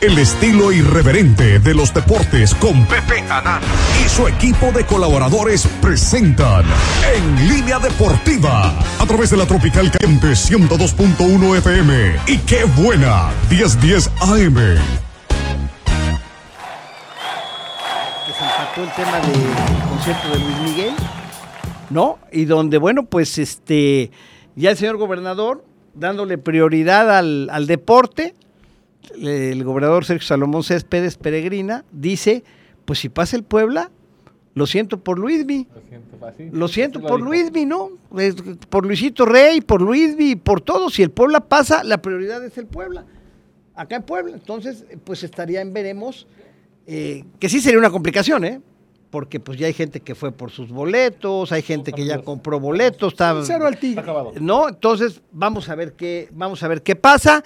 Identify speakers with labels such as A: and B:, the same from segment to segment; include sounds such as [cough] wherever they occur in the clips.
A: el estilo irreverente de los deportes con Pepe Anán y su equipo de colaboradores presentan En Línea Deportiva a través de la Tropical Caliente 102.1 FM y qué buena 1010 AM.
B: que se empató el tema del concierto de Luis Miguel, ¿no? Y donde, bueno, pues este, ya el señor gobernador, dándole prioridad al, al deporte, el gobernador Sergio Salomón Céspedes Peregrina dice, pues si pasa el Puebla, lo siento por Luismi,
C: Lo siento, así,
B: lo
C: así
B: siento
C: lo
B: por
C: dijo.
B: Luismi, ¿no? Eh, Por Luisito Rey, por Luismi, por todos. Si el Puebla pasa, la prioridad es el Puebla. Acá en Puebla. Entonces, eh, pues estaría en veremos. eh, que sí sería una complicación, ¿eh? Porque pues ya hay gente que fue por sus boletos, hay gente que ya compró boletos, está
D: Cero al
C: Está
D: tigre.
C: acabado.
B: ¿no? Entonces, vamos a ver qué, vamos a ver qué pasa.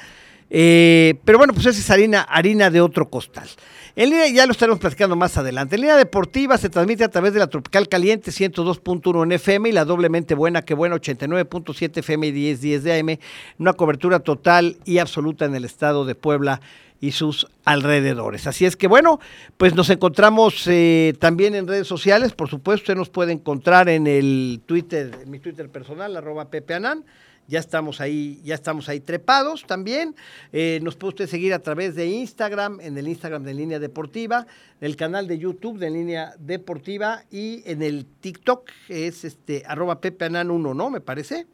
B: Eh, pero bueno, pues esa es harina, harina de otro costal. En línea, ya lo estaremos platicando más adelante. En línea deportiva se transmite a través de la Tropical Caliente 102.1 en FM y la doblemente buena que buena 89.7 FM y 1010 de AM. Una cobertura total y absoluta en el estado de Puebla y sus alrededores. Así es que bueno, pues nos encontramos eh, también en redes sociales, por supuesto, usted nos puede encontrar en el Twitter, en mi Twitter personal, arroba pepeanan. Ya estamos ahí, ya estamos ahí trepados también. Eh, nos puede usted seguir a través de Instagram, en el Instagram de Línea Deportiva, en el canal de YouTube de Línea Deportiva y en el TikTok, que es este arroba pepeanan1, ¿no? Me parece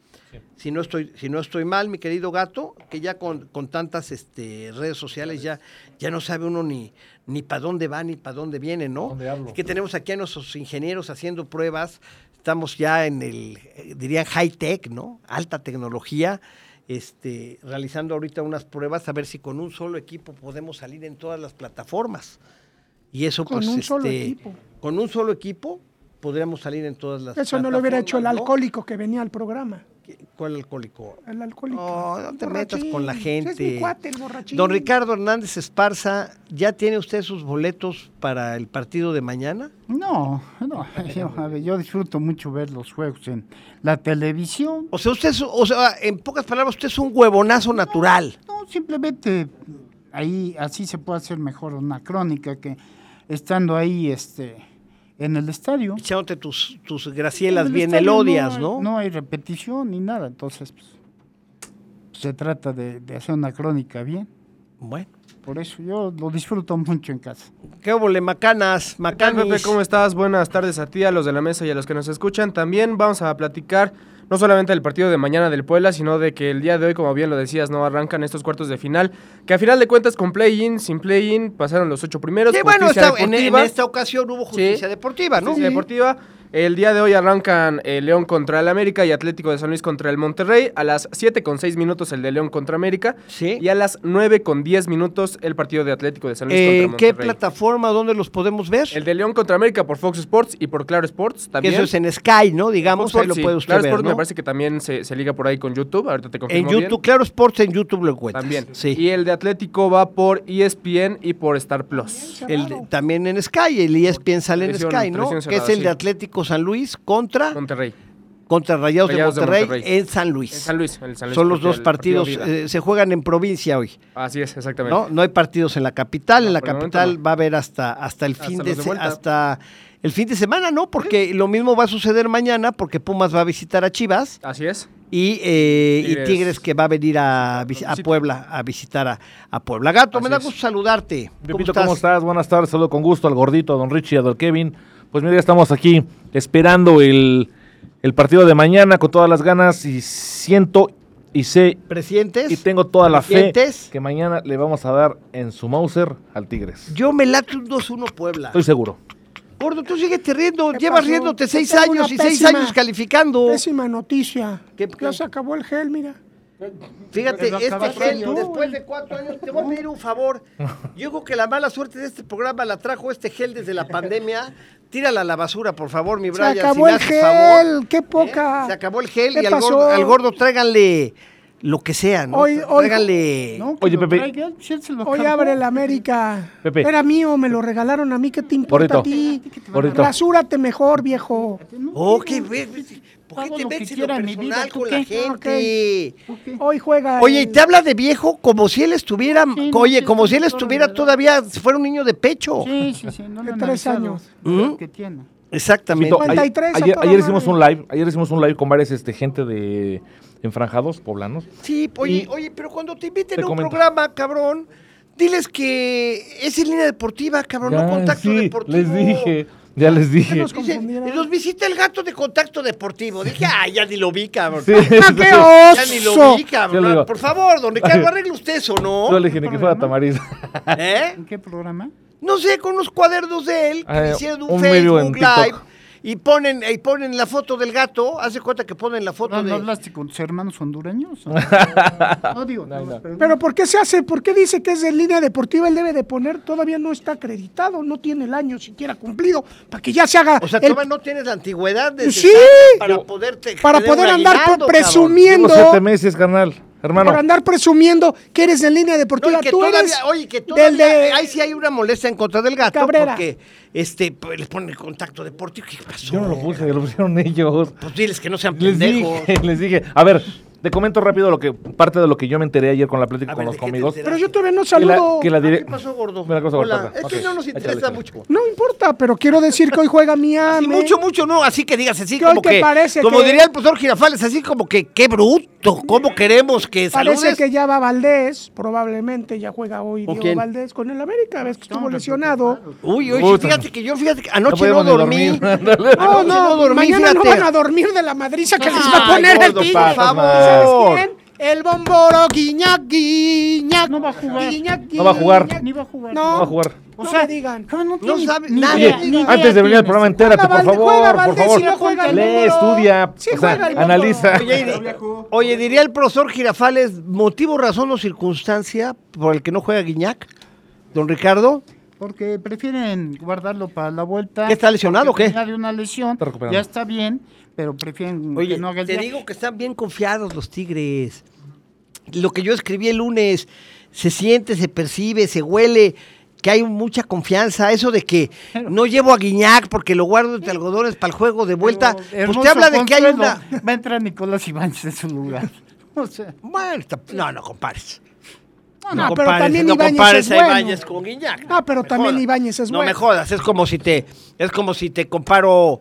B: si no estoy, si no estoy mal, mi querido gato, que ya con, con tantas este, redes sociales ya, ya no sabe uno ni, ni para dónde va ni para dónde viene, ¿no?
C: ¿Dónde hablo?
B: Es que tenemos aquí a nuestros ingenieros haciendo pruebas, estamos ya en el, eh, dirían high tech, ¿no? Alta tecnología. Este, realizando ahorita unas pruebas a ver si con un solo equipo podemos salir en todas las plataformas. Y eso
D: Con
B: pues
D: un solo
B: este,
D: equipo.
B: con un solo equipo podríamos salir en todas las
D: Eso no lo hubiera
B: plataformas,
D: hecho el
B: ¿no?
D: alcohólico que venía al programa.
B: ¿Cuál alcohólico?
D: El alcohólico.
B: No, no te
D: Borrachín.
B: metas con la gente.
D: Es mi cuate, el borrachín.
B: Don Ricardo Hernández Esparza, ¿ya tiene usted sus boletos para el partido de mañana?
E: No, no, [laughs] yo, a ver, yo disfruto mucho ver los juegos en la televisión.
B: O sea, usted es, o sea, en pocas palabras, usted es un huevonazo natural.
E: No, simplemente ahí así se puede hacer mejor una crónica que estando ahí este en el estadio.
B: Echándote tus, tus
E: En
B: gracielas
E: el
B: Pues, bien
E: estadio
B: elodias,
E: hay-
B: ¿no?
E: No hay repetición ni nada, entonces pues, se trata de, de hacer una crónica bien.
B: Bueno.
E: Por eso yo lo disfruto mucho en casa.
B: ¿Qué obole, macanas,
F: ¿Qué tal, Pepe?
B: macanis?
F: ¿Cómo estás? Buenas tardes a ti, a los de la mesa y a los que nos escuchan. También vamos a platicar no solamente del partido de mañana del Puebla, sino de que el día de hoy, como bien lo decías, no arrancan estos cuartos de final, que a final de cuentas con play-in, sin play-in, pasaron los ocho primeros.
B: Sí, bueno,
F: justicia
B: esta- en, en
F: deportiva.
B: esta ocasión hubo justicia
F: Sí.
B: deportiva, ¿no?
F: Justicia Deportiva. El día de hoy arrancan eh, León contra el América y Atlético de San Luis contra el Monterrey. A las 7 con 6 minutos el de León contra América.
B: Sí.
F: Y a las 9 con 10 minutos el partido de Atlético de San Luis
B: Eh,
F: contra
B: ¿Qué
F: Monterrey.
B: plataforma, dónde los podemos ver?
F: El de León contra América por Fox Sports y por Claro Sports
B: que
F: también.
B: eso es en Sky, ¿no? Digamos,
F: Fox
B: ahí lo
F: Sports, sí.
B: puede usted
F: Claro
B: ver,
F: Sports me
B: ¿no?
F: parece que también se, se liga por ahí con YouTube. Ahorita te
B: En
F: confirmo
B: YouTube,
F: bien.
B: claro, Sports en YouTube lo encuentras.
F: También.
B: Sí.
F: Y el de Atlético va por E ESPN y por Star Plus.
B: El de- también en Sky, el E ESPN sale en
F: televisión-
B: Sky, ¿no?
F: televisión
B: que es
F: cerrada,
B: el de
F: sí.
B: Atlético San Luis contra,
F: Monterrey.
B: contra Rayados,
F: Rayados
B: de,
F: de
B: Monterrey
F: Monterrey.
B: en San Luis.
F: En San Luis. el San Luis
B: Son los
F: porque
B: dos
F: el
B: partidos,
F: partido vida.
B: eh, se juegan en provincia hoy,
F: Así es, exactamente.
B: ¿no? No hay partidos en la capital,
F: No,
B: en la
F: por el momento
B: capital
F: no.
B: va a haber hasta, hasta el
F: Hasta
B: fin
F: los
B: de,
F: de
B: se-
F: vuelta.
B: hasta el fin de semana, ¿no? Porque lo mismo va a suceder mañana, porque Pumas va a visitar a Chivas
F: Así es.
B: y, eh, y Tigres.
F: Tigres.
B: que va a venir a, vis- a
F: Visita.
B: Puebla, a visitar a, a Puebla. Gato, me
F: Así
B: da
F: es.
B: gusto saludarte.
C: Pepito, ¿cómo estás? Buenas tardes, saludo con gusto al gordito, a don Richie, a don Kevin. Pues mira, ya estamos aquí esperando el, el partido de mañana con todas las ganas y siento y sé
B: ¿Presientes?
C: y tengo toda la fe
B: ¿Sientes?
C: que mañana le vamos a dar en su Mauser al Tigres.
B: Yo me late un 2-1 Puebla.
C: Estoy
E: Pues,
C: seguro.
B: Gordo, tú síguete riendo.
D: ¿Qué
B: Llevas
D: pasó?
B: riéndote
D: Yo
B: seis
D: tengo
B: años
D: una
B: y seis
D: pésima-
B: años calificando.
D: Pésima noticia.
B: ¿Qué-
D: ya
B: qué?
D: se acabó el gel, mira.
B: Fíjate,
E: Pero
B: este
E: acaba
B: gel,
E: sueño.
B: después de cuatro años, te voy a pedir un
E: [laughs]
B: favor. Yo creo que la mala suerte de este programa la trajo este gel desde la pandemia. Tírala a la basura, por favor, mi Brian.
D: se
B: si
D: acabó
B: me
D: el
B: haces favor.
D: gel. Qué poca.
B: ¿Eh? Se acabó el gel
D: ¿Qué
B: y al gordo,
D: pasó?
B: al gordo tráiganle lo que sea, ¿no?
D: Hoy- hoy-
B: tráiganle...
E: No, que
C: Oye,
E: lo
C: Pepe.
E: traiga él, si él se lo
D: Hoy
E: cargó.
D: abre el América.
C: Pepe.
D: Era mío, me lo regalaron a mí. ¿Qué te importa
C: Gorrito.
D: a ti?
C: Gorrito.
D: Rasúrate mejor, viejo.
B: Oh, qué... ve- ve- ¿Por qué
E: hago
B: te
E: lo que
B: metes en lo
E: quiera en mi vida,
B: personal
E: ¿tú
B: con la
E: qué?
D: Ah,
B: gente?
E: ¿Por qué?
D: Hoy juega.
B: Oye, y
D: el-
B: te habla de viejo como si él estuviera,
E: Sí, no,
B: oye,
E: sí,
B: como si él
E: sí, claro,
B: estuviera
E: ¿verdad?
B: todavía, fuera un niño de pecho.
E: Sí, sí, sí, no
D: De
E: lo he
D: tres
E: analizado,
D: años.
E: lo
B: ¿Mm?
E: que tiene.
B: Exactamente.
C: Chito, ayer-
D: 53 a
C: ayer,
D: toda
C: ayer hicimos un
D: madre.
C: live, ayer hicimos un live con varias este, gente de enfranjados poblanos.
B: Sí, oye,
C: Y-
B: oye, pero cuando te inviten
C: Te
B: a un
C: comento.
B: programa, cabrón, diles que es en línea deportiva, cabrón, no
C: Ya,
B: contacto
C: sí,
B: deportivo.
C: Les dije, ya les dije.
D: nos-
B: Dice,
D: confundieron.
B: los visita el gato de contacto deportivo. Dije, ay, ya ni lo vi, cabrón.
C: Sí,
D: ¡Ah, qué
B: Ya ni lo
D: oso!
B: vi,
C: Sí, le
B: cabrón.
C: digo.
B: Por favor, don Ricardo, arregle usted eso,
C: [laughs] Yo le
B: ¿no?
C: dije ni que fuera tamariz.
B: ¿Eh?
E: ¿En qué programa?
B: No sé, con unos cuadernos de él, que
D: Eh,
C: Ah,
B: hicieron un,
C: un video en
B: Facebook Live.
C: TikTok.
B: Y ponen, y ponen la foto del gato, hace cuenta que ponen la foto
E: ¿No, no
B: de...
E: hablaste con tus hermanos
B: [laughs]
E: hondureños? no digo,
C: No, no.
E: pero-
D: Pero ¿por qué se hace? ¿Por qué dice que es de línea deportiva? Él debe de poner, todavía no está acreditado, no tiene el año siquiera cumplido, para que ya se haga
B: O sea,
D: el-
B: todavía no tienes la antigüedad de
D: Sí.
B: para
C: Yo-
B: poderte
D: para
B: tener un
D: poder andar por-
B: aguinaldo, cabrón.
C: Llevo
D: presumiendo,
C: siete meses, carnal. Hermano,
D: por andar presumiendo que eres de
B: No,
D: línea
B: y
D: deportiva.
B: que
D: Tú
B: todavía,
D: eres
B: oye, que todavía,
D: del de-
B: ahí sí hay una molestia en contra del gato
D: Cabrera.
B: porque este pues, les ponen el contacto deportivo. ¿Qué pasó?
C: yo no lo puse, lo pusieron ellos.
B: Pues diles que no sean
C: Les
B: pendejos.
C: dije, les dije. A ver, te comento rápido lo que parte de lo que yo me enteré ayer con la plática
B: A
C: con
B: ver,
C: los
B: ¿de qué te
C: conmigo.
B: enteraste?
D: Pero yo todavía no
C: Que la-
D: saludo.
C: que la
B: Ah,
C: dire-
B: ¿Qué pasó, gordo?
C: Mira, cosa
B: Hola.
C: gordosa.
B: Esto
C: Ok.
B: no nos
C: Échale,
B: interesa
C: échale.
B: mucho.
D: No importa, pero quiero decir que hoy juega Miami.
B: Así mucho, mucho, no, así que digas así
D: Que
B: como
D: hoy que
B: que,
D: parece
B: como
D: que-
B: diría el profesor Girafales, así como que qué bruto, cómo queremos que
D: Parece
B: saludes.
D: que ya va Valdés, probablemente ya juega hoy
B: ¿Con
D: Diego
B: quién?
D: Valdés con el América, ves que estuvo
E: Estamos
D: lesionado.
B: Uy, oye,
C: Puta.
B: fíjate que yo, fíjate que anoche no,
C: podíamos ni
B: dormí.
C: dormir.
D: No,
B: Anoche
D: Ah, no,
B: dormí,
D: mañana no
B: fíjate.
D: van a dormir de la madriza que les va a
B: Ay,
D: poner
B: gordo,
D: el
B: por
D: Tigre.
B: favor.
D: ¿Sabes quién? El bomboro guiñac, guiñac.
E: No va a jugar.
D: Guiñac,
C: No va a jugar.
D: guiñac.
E: Ni va a jugar.
D: No.
C: No va a jugar.
D: No
E: O sea,
D: me digan.
E: joven,
B: No
E: no, tiene
B: sabe
E: ni
B: nada.
E: idea,
B: Oye,
E: ni
C: Antes
E: idea
C: de venir al
E: tienes.
C: programa, entérate,
D: Juega
C: por
D: Valde- juega
C: favor, por
D: Valdés y
C: favor.
D: no juega el
C: Lee,
D: número.
C: estudia,
D: Sí
C: o sea,
D: juega el número.
C: analiza.
B: Oye, oye, diría el profesor Girafales, motivo, razón o circunstancia por el que no juega Guiñac, don Ricardo.
E: Porque prefieren guardarlo para la vuelta.
B: ¿Qué, está lesionado
E: porque
B: o qué?
E: tenía de una lesión.
C: Está recuperando.
E: ya está bien, pero prefieren
B: Oye,
E: que no haga el
B: te
E: día.
B: digo que están bien confiados los Tigres. Lo que yo escribí el lunes, se siente, se percibe, se huele, que hay mucha confianza. Eso de que no llevo a Guiñac porque lo guardo entre algodones para el juego de vuelta.
E: Pero,
B: Pues te habla de que hay
E: Hermoso
B: una...
E: Consuelo, Va a entrar Nicolás Ibáñez en su lugar. [laughs] O sea,
B: Bueno, está- no, no compares.
D: No, pero también
B: no
D: Ibáñez
B: compares
D: es
B: a
D: bueno.
B: Ibáñez con Guiñac.
D: Ah, pero
B: me
D: también
B: jodas.
D: Ibáñez es
B: no
D: bueno.
B: me jodas, es como si te, es como si te comparo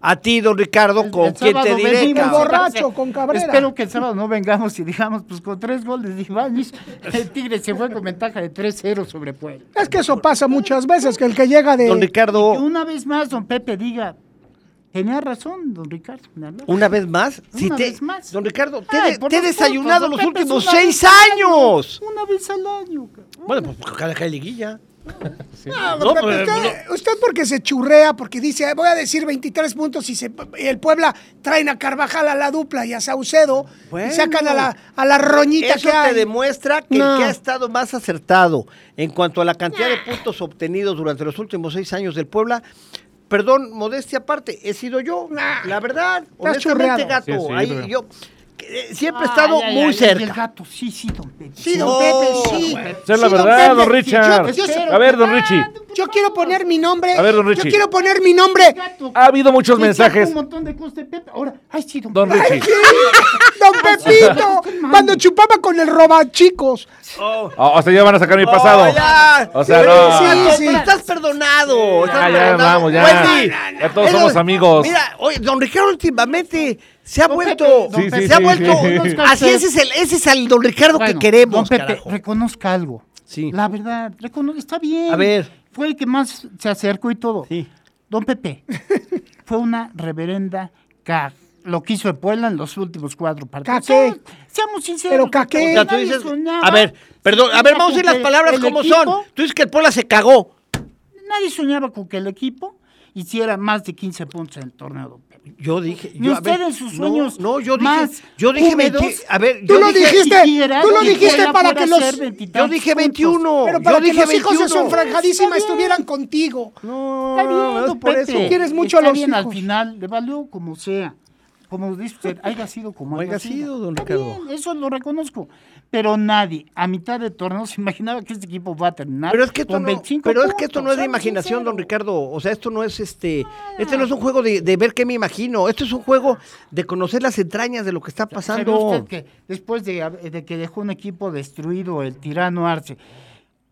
B: a ti, don Ricardo,
E: el-
B: con
E: el
B: quien te
E: sábado
B: diré.
E: venimos,
B: cabrón.
D: borracho,
E: o sea,
D: con Cabrera.
E: Espero que el sábado no vengamos y digamos, pues con tres goles de Ibáñez, [laughs] el Tigre se fue con ventaja de 3-0 sobre Puebla.
D: Es que eso pasa muchas veces, que el que llega
B: Don
D: de...
E: Y
C: Oh.
E: que
B: Ricardo,
E: una vez más, don Pepe diga, tenía razón, don Ricardo. me habló".
B: una vez más, si
E: Una
B: te-
E: vez más.
B: don Ricardo, te,
E: Ay,
B: de-
E: por
B: te he
E: las
B: desayunado
E: fotos,
B: los
E: don Pepe,
B: últimos
E: es una
B: seis
E: vez al año,
B: años.
E: Una vez al año. cabrón.
B: Bueno, pues cada que hay liguilla.
D: No,
B: No,
D: Ah, pero
B: pues,
D: usted, usted porque se churrea, porque dice, "Ay, voy a decir 23 puntos y, se- y el Puebla traen a Carvajal a la dupla y a Saucedo
B: Bueno.
D: y sacan a la, a la roñita
B: Eso
D: que hay.
B: te demuestra que
D: No.
B: el que ha estado más acertado en cuanto a la cantidad de puntos obtenidos durante los últimos seis años del Puebla, perdón, modestia aparte, he sido yo. La verdad, honestamente,
D: churreado.
B: gato.
C: Sí, es cierto.
B: ahí yo eh, siempre he
E: Ay,
B: estado
E: ay,
B: muy
E: ay,
B: cerca.
E: El gato, sí, sí, don Pepe.
D: Sí, don
B: No,
D: Pepe, sí.
B: güey.
C: Esa es la
D: Sí, don
C: verdad,
D: Pepe.
C: don Richard.
D: pues Yo, yo-
C: A ver, don Richie.
D: yo quiero poner mi nombre.
C: A ver, don
D: Yo
C: Richie.
D: quiero poner mi nombre.
E: Gato,
C: Ha habido muchos
E: sí,
C: mensajes.
E: Un montón de cosas de Pepe. Ahora, ay, sí, don,
C: Don
E: Pepe.
C: Richie.
D: Don Pepito, cuando chupaba con el robachicos.
C: Oh, O, o sea, ya van a sacar mi pasado.
B: Oh, ya.
C: O sea,
B: Sí,
C: no.
B: sí, sí. Estás perdonado. estás
C: ya,
B: perdonado.
C: vamos, ya.
B: Wendy,
C: Ya todos
B: es
C: somos
B: donde-
C: amigos.
B: Mira, oye, don Ricardo últimamente se ha
E: Don
B: vuelto.
E: Pepe, don
C: Sí, Pepe.
B: se ha
C: sí,
B: vuelto.
C: sí.
E: Unos
B: Así
E: calceros.
B: ese es el, ese es el don Ricardo
E: Bueno,
B: que queremos.
E: Don Pepe,
B: carajo.
E: reconozca algo.
B: Sí.
E: La verdad, recono- está bien.
B: A ver.
E: Fue el que más se acercó y todo.
B: Sí.
E: Don Pepe, [laughs] fue una reverenda cag. Lo que hizo el Puebla en los últimos cuatro partidos.
D: Caqué.
E: Seamos- Seamos sinceros.
D: Pero caqué.
E: porque
B: O sea, tú
E: nadie
B: dices-
E: soñaba-
B: a ver, perdón, a ver, vamos a decir las
E: el
B: palabras como son.
E: equipo-
B: Tú dices que el Puebla se cagó.
E: Nadie soñaba con que el equipo hiciera más de 15 puntos en el torneo, don Pepe.
B: Yo dije.
E: Ni
B: yo, a ver,
E: usted en sus
B: no,
E: sueños
B: No, yo
E: más
B: dije. Yo dije.
E: húmedos.
B: 20 a ver,
D: Tú
B: yo
D: lo
B: dije-
D: dijiste,
E: Siquiera
D: tú lo
E: que
D: dijiste
E: Puebla
D: para
E: fuera
D: que
E: a
D: los-
E: ser veintitantos
B: yo dije
E: puntos.
B: 21.
D: Pero
B: yo
D: para que
B: dije
D: los hijos de
B: 21.
D: su enfranjadísima
E: Está bien.
D: estuvieran contigo.
B: No,
E: Está bien,
B: es
E: don
B: por
E: Pepe.
B: eso.
D: Quieres mucho a
E: Está
D: los
E: bien, al
D: hijos.
E: final, le valió como sea. Como dice usted, haya sido como
B: Haya sido, don
E: Está
B: Ricardo.
E: bien, eso lo reconozco. pero nadie a mitad de torneo [laughs] se imaginaba que este equipo va a terminar
B: Pero es que esto,
E: con
B: no,
E: 25
B: pero es que esto
E: puntos, ¿eh?
B: no es de
E: seamos
B: imaginación, don
E: sinceros.
B: Ricardo. O sea, esto no es este, este no es un juego de, de ver qué me imagino. Esto es un juego de conocer las entrañas de lo que está
E: ¿Sabe usted
B: pasando.
E: que después de, hab- de que dejó un equipo destruido el tirano Arce,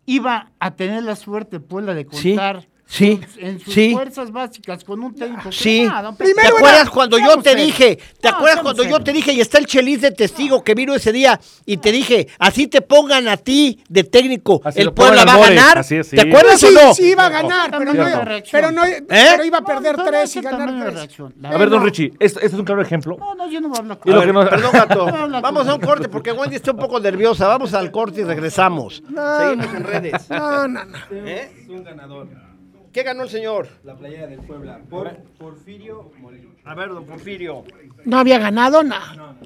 E: iba a tener la suerte Puebla de
B: Sí,
E: contar
B: sí,
E: sus- en sus
B: sí.
E: fuerzas básicas con un
D: Ah,
E: técnico? que
B: Sí.
E: nada, don
B: ¿Te
E: Pepe.
B: acuerdas cuando yo
E: Seamos
B: te
E: serios.
B: dije? ¿Te
E: No,
B: acuerdas
E: seamos
B: cuando yo
E: serios.
B: te dije y está el Chelis de testigo que vino ese día y te dije, así te pongan a ti de técnico,
C: Así
B: el
C: lo ponen
B: Puebla
C: al
B: va a
C: More,
B: ganar?
C: así es, sí.
B: ¿Te acuerdas
D: Sí,
B: o no? ¿Eh?
D: sí iba a ganar, pero no,
E: Cierto.
D: pero no- pero iba a perder
E: No, no,
D: tres y
E: esa
D: ganar
E: también es la
D: tres.
E: reacción. La
C: A ver, don
E: verdad,
C: Richie, esto, esto es un claro ejemplo.
E: No, no, yo no voy a hablar
C: Y
E: con
C: lo que nos-
B: Perdón, [laughs] gato.
E: No, no,
B: Vamos a un
E: no.
B: corte porque Wendy está un poco nerviosa. Vamos al corte y regresamos. Seguimos en redes.
D: No, no, no.
F: Es un ganador.
B: ¿Qué ganó el señor?
F: La playera del Puebla. Por Porfirio Molina.
B: A ver, don Porfirio.
D: No había ganado nada.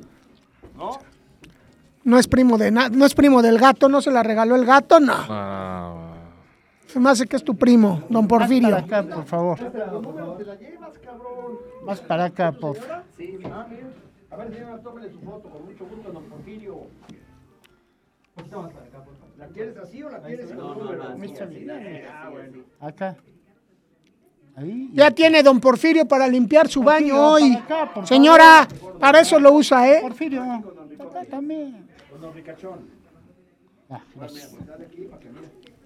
D: No es primo de na- no es primo del gato, no se la regaló el gato, no.
B: Ah.
D: Se me hace que es tu primo, don Porfirio.
E: Más para acá, por favor. Más para acá, por favor. Acá. Ahí.
D: Ya tiene don Porfirio para limpiar su baño hoy.
E: para acá, por
D: Señora, para eso lo usa, ¿eh?
E: Porfirio. Acá también. Ah, pues.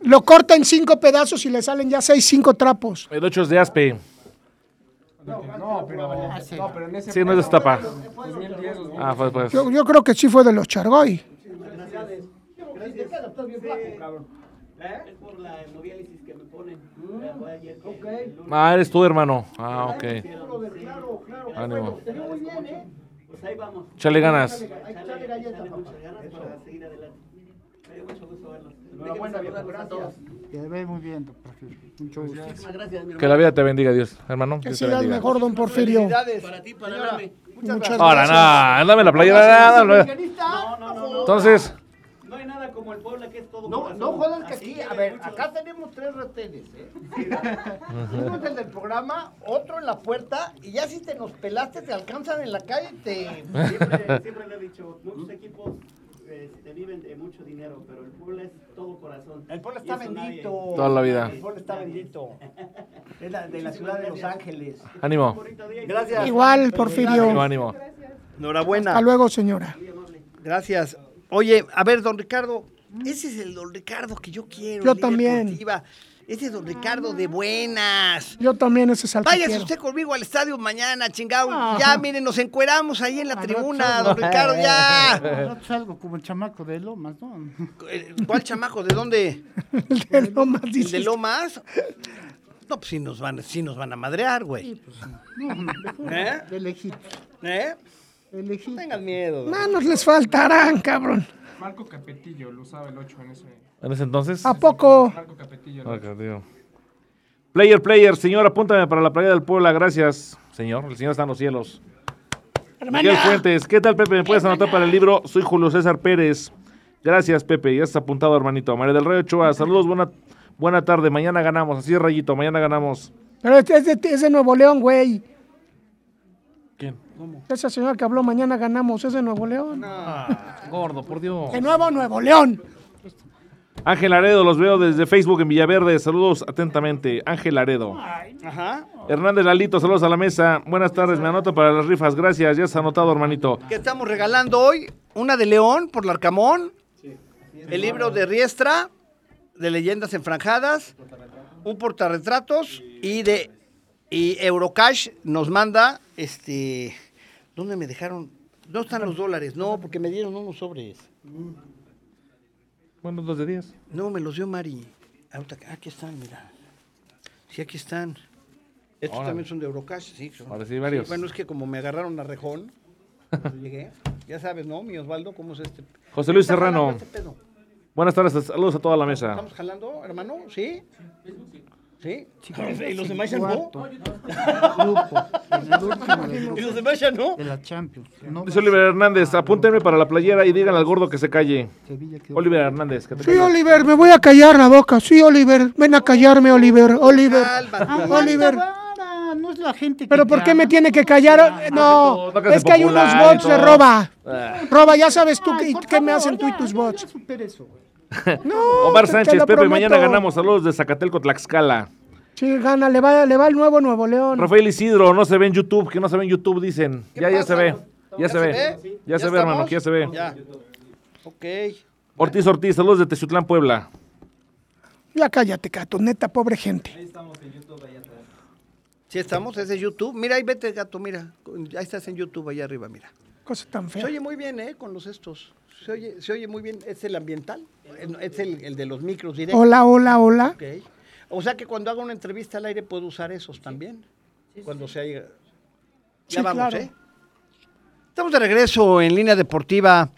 D: Lo corta en cinco pedazos y le salen ya seis, cinco trapos.
C: El 8 es de Aspe.
B: Ah,
E: Hace-
C: Sí, no es de Estapa. Ah, pues, pues.
D: Yo, yo creo que sí fue de los Chargoy.
C: Ah, eres tú, hermano. Ah, ok. Ánimo. Chale ganas.
E: Te ve muy bien, don Porfirio. Mucho
B: Pues
E: gusto.
C: Que la vida te bendiga, Dios, hermano.
D: Que
C: Dios te
D: sigas
C: bendiga.
D: mejor, don Porfirio.
B: Para ti,
D: Muchas
C: Ahora,
D: gracias.
C: nada, dame la playera. nada, dame la- Entonces,
B: No, no jodas que aquí, a ver, acá tenemos tres retenes, ¿eh? Uno es el del programa, otro en la puerta, y ya si te nos pelaste, te alcanzan en la calle y te.
G: Siempre, siempre le he dicho, muchos equipos este, viven de mucho dinero, pero el Puebla es todo corazón.
B: El pueblo está
G: Y eso nadie-
B: bendito.
C: Toda la vida.
B: El pueblo está bendito.
G: [laughs]
B: Es la- de la ciudad de Los Ángeles.
C: ánimo.
B: Gracias.
D: Igual,
C: Ánimo,
D: Porfirio.
C: ánimo.
D: Hasta
B: Enhorabuena.
D: luego, señora.
B: Gracias. Oye, a ver, don Ricardo, ese es el don Ricardo que yo quiero.
D: Yo
B: líder
D: también.
B: deportiva. Ese es don Ricardo de buenas.
D: Yo también ese es al que
B: Váyase
D: quiero.
B: usted conmigo al estadio mañana, chingado.
E: Ah.
B: Ya, miren, nos encueramos ahí en la
E: Al
B: tribuna,
E: rato
B: don
E: salgo.
B: Ricardo,
E: [laughs]
B: ya.
E: Al rato salgo como el chamaco de Lomas, ¿no?
B: Eh, ¿Cuál chamaco? ¿De
E: [laughs]
B: dónde?
D: [laughs] El de Lomas,
B: ¿El de
D: dices.
B: Lomas? No, pues sí nos van, sí nos van a madrear, güey.
E: pues No, mejor
B: ¿Eh?
E: de lejitos.
B: ¿Eh?
E: de
B: [laughs]
E: lejitos.
B: No tengan miedo. don-
D: Manos les faltarán, cabrón.
F: Marco Capetillo lo usaba el 8 en ese.
C: ¿En ese entonces?
D: ¿A poco?
F: Marco Capetillo.
C: Ok, tío. Player, player, señor, apúntame para la playa del Puebla, gracias, señor. El señor está en los cielos. Miguel Fuentes, ¿qué tal, Pepe? ¿Me puedes anotar para el libro? Soy Julio César Pérez. Gracias, Pepe. Ya está apuntado, hermanito. María del Rey Ochoa, saludos, buena, buena tarde. Mañana ganamos. Así es, Rayito, mañana ganamos.
D: Pero este es de, es de Nuevo León, güey.
C: ¿Quién?
D: Esa señora que habló mañana ganamos, es de Nuevo León.
C: Gordo, por Dios.
D: De nuevo Nuevo León.
C: Ángel Aredo, los veo desde Facebook en Villaverde. Saludos atentamente. Ángel Aredo.
B: Ajá.
C: Hernández Lalito, saludos a la mesa. Buenas tardes, me anoto para las rifas. Gracias, ya está anotado, hermanito.
B: que estamos regalando hoy una de León por Larcamón, el libro de Riestra, de Leyendas Enfranjadas, un portarretratos y de y Eurocash nos manda este ¿dónde me dejaron? No están los dólares, no, porque me dieron unos sobres.
C: Bueno, dos de diez.
B: No, me los dio Mari. Ahorita- Aquí están, mira. Sí, aquí están. Estos
C: Órale.
B: también son de Eurocash, sí. son-
C: Ahora sí, varios.
B: bueno, es que como me agarraron a rejón, cuando
C: [laughs]
B: llegué. Ya sabes, ¿no? Mi Osvaldo, ¿cómo es este?
C: José Luis
B: ¿Está jalando
C: Serrano. Ah.
B: este pedo?
C: Buenas tardes, saludos a toda la mesa.
B: ¿Estamos jalando, hermano? ¿Sí? ¿Sí? [laughs] ¿Y los demás ya no?
E: Cuarto grupo, en el último del
B: ¿Y
E: grupo
B: los demás ya no?
E: de la Champions. No,
C: Dice Oliver Hernández, apúntenme para la playera y díganle al gordo que se calle.
E: Sevilla quedó-
C: Oliver Hernández, que te
D: Sí,
C: calles.
D: Oliver, me voy a callar la boca. Sí, Oliver, ven a callarme, Oliver. Oliver.
B: Cálmate.
D: Oliver.
E: Aguanta, Ah, vara, No es la gente que
D: Pero
E: te
D: ¿por qué
E: ama.
D: me tiene que callar? No,
C: no, que
D: es
C: se
D: que hay unos
C: popular y
D: bots de
C: todo.
D: roba. Roba, ya sabes tú
E: Ay,
D: qué,
E: por
D: qué me
E: favor,
D: hacen tú y
E: ya,
D: tus
E: ya,
D: bots.
E: ya supera eso, güey.
D: No,
C: Omar
D: te- te
C: Sánchez,
D: lo
C: Pepe, mañana
D: prometo.
C: ganamos. Saludos de Zacatelco, Tlaxcala.
D: Sí, gana, le va, le va el nuevo Nuevo León.
C: Rafael Isidro, no se ve en YouTube, que no se ve en YouTube, dicen.
B: ¿Qué
C: Ya, ya
B: pasa?
C: se ve. Ya se
B: Sí.
C: ve. Ya se ve, hermano,
B: estamos?
C: que ya se ve.
B: Ya. Ok.
C: Ortiz Ortiz, saludos de Tezutlán, Puebla.
D: Ya cállate, Cato, neta, pobre gente.
B: Sí, estamos, es de YouTube. Mira, ahí vete, gato, mira. Ahí estás en YouTube, allá arriba, mira.
D: Cosa tan
B: Se
D: fea.
B: oye muy bien, ¿eh? Con los estos. Se oye, se oye muy bien. ¿Es el ambiental? ¿Es el, el de los micros directos?
D: Hola, hola, hola.
B: Ok. O sea que cuando haga una entrevista al aire puedo usar esos también. cuando se haya. Ya
D: Sí,
B: vamos,
D: claro.
B: ¿eh? Estamos de regreso en línea deportiva.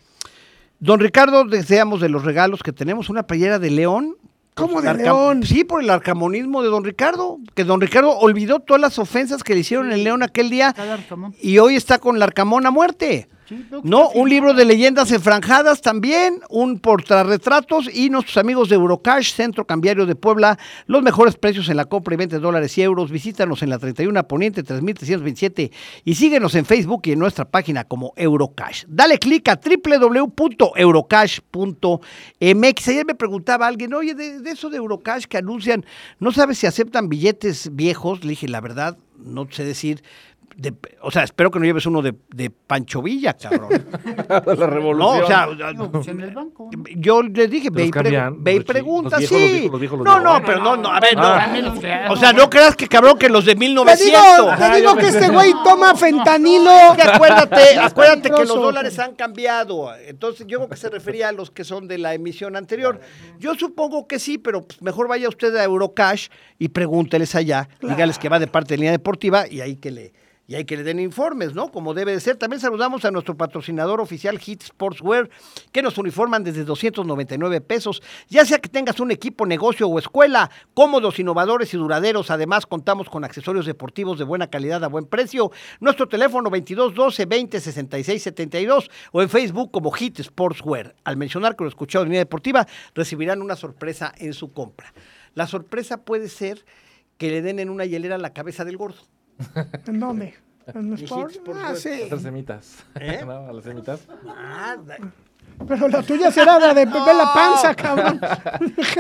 B: Don Ricardo, deseamos de los regalos que tenemos una playera de León.
D: ¿Cómo
B: Por
D: de
B: arca-
D: León?
B: Sí, por el arcamonismo de Don Ricardo, que Don Ricardo olvidó todas las ofensas que le hicieron en León aquel día
E: Está el Arcamón.
B: y hoy está con el arcamón a muerte.
E: Sí, veo que
B: No,
E: está
B: un libro de leyendas enfranjadas también, un portarretratos y nuestros amigos de Eurocash, Centro Cambiario de Puebla, los mejores precios en la compra y 20 dólares y euros. Visítanos en la 31 Poniente 3327 y síguenos en Facebook y en nuestra página como Eurocash. Dale clic a www.eurocash.mx. Ayer me preguntaba alguien, oye, de, de eso de Eurocash que anuncian, ¿no sabes si aceptan billetes viejos? Le dije, la verdad, no sé decir. de- o sea, espero que no lleves uno de, de Pancho Villa, cabrón.
C: [laughs] La revolución.
B: No, o sea,
E: Digo, pues, en el banco. ¿no?
B: yo le dije, ve
C: los
B: y, pregu-
C: cambian,
B: ve y
C: los chi-
B: pregunta,
C: los viejos, los
B: sí.
C: viejos, los viejos, los
B: no,
C: viejos.
B: no, pero no, no, a ver, no.
E: Ah. También los de-
B: O sea, no creas que cabrón que los de
D: Te digo,
B: 1900.
D: te digo que este güey toma fentanilo.
B: Es que acuérdate, acuérdate que los
D: peligroso.
B: dólares han cambiado. Entonces, yo creo que se refería a los que son de la emisión anterior. Yo supongo que sí, pero pues, mejor vaya usted a Eurocash y pregúnteles allá. Dígales que va de parte de línea deportiva y ahí que le. Y hay que le den informes, ¿no? Como debe de ser. También saludamos a nuestro patrocinador oficial Hit Sportswear, que nos uniforman desde 299 pesos. Ya sea que tengas un equipo, negocio o escuela, cómodos, innovadores y duraderos. Además, contamos con accesorios deportivos de buena calidad a buen precio. Nuestro teléfono 2212 20 66 72 o en Facebook como Hit Sportswear. Al mencionar que lo escuchó en línea deportiva, recibirán una sorpresa en su compra. La sorpresa puede ser que le den en una hielera la cabeza del gordo.
D: ¿En dónde? ¿En los
B: Hits,
D: Sport?
B: por
D: Ah, sí.
C: Las semitas.
B: ¿Eh?
C: [laughs] No, a las semitas.
D: Pero la tuya será la
B: [laughs]
D: de ver la panza, cabrón.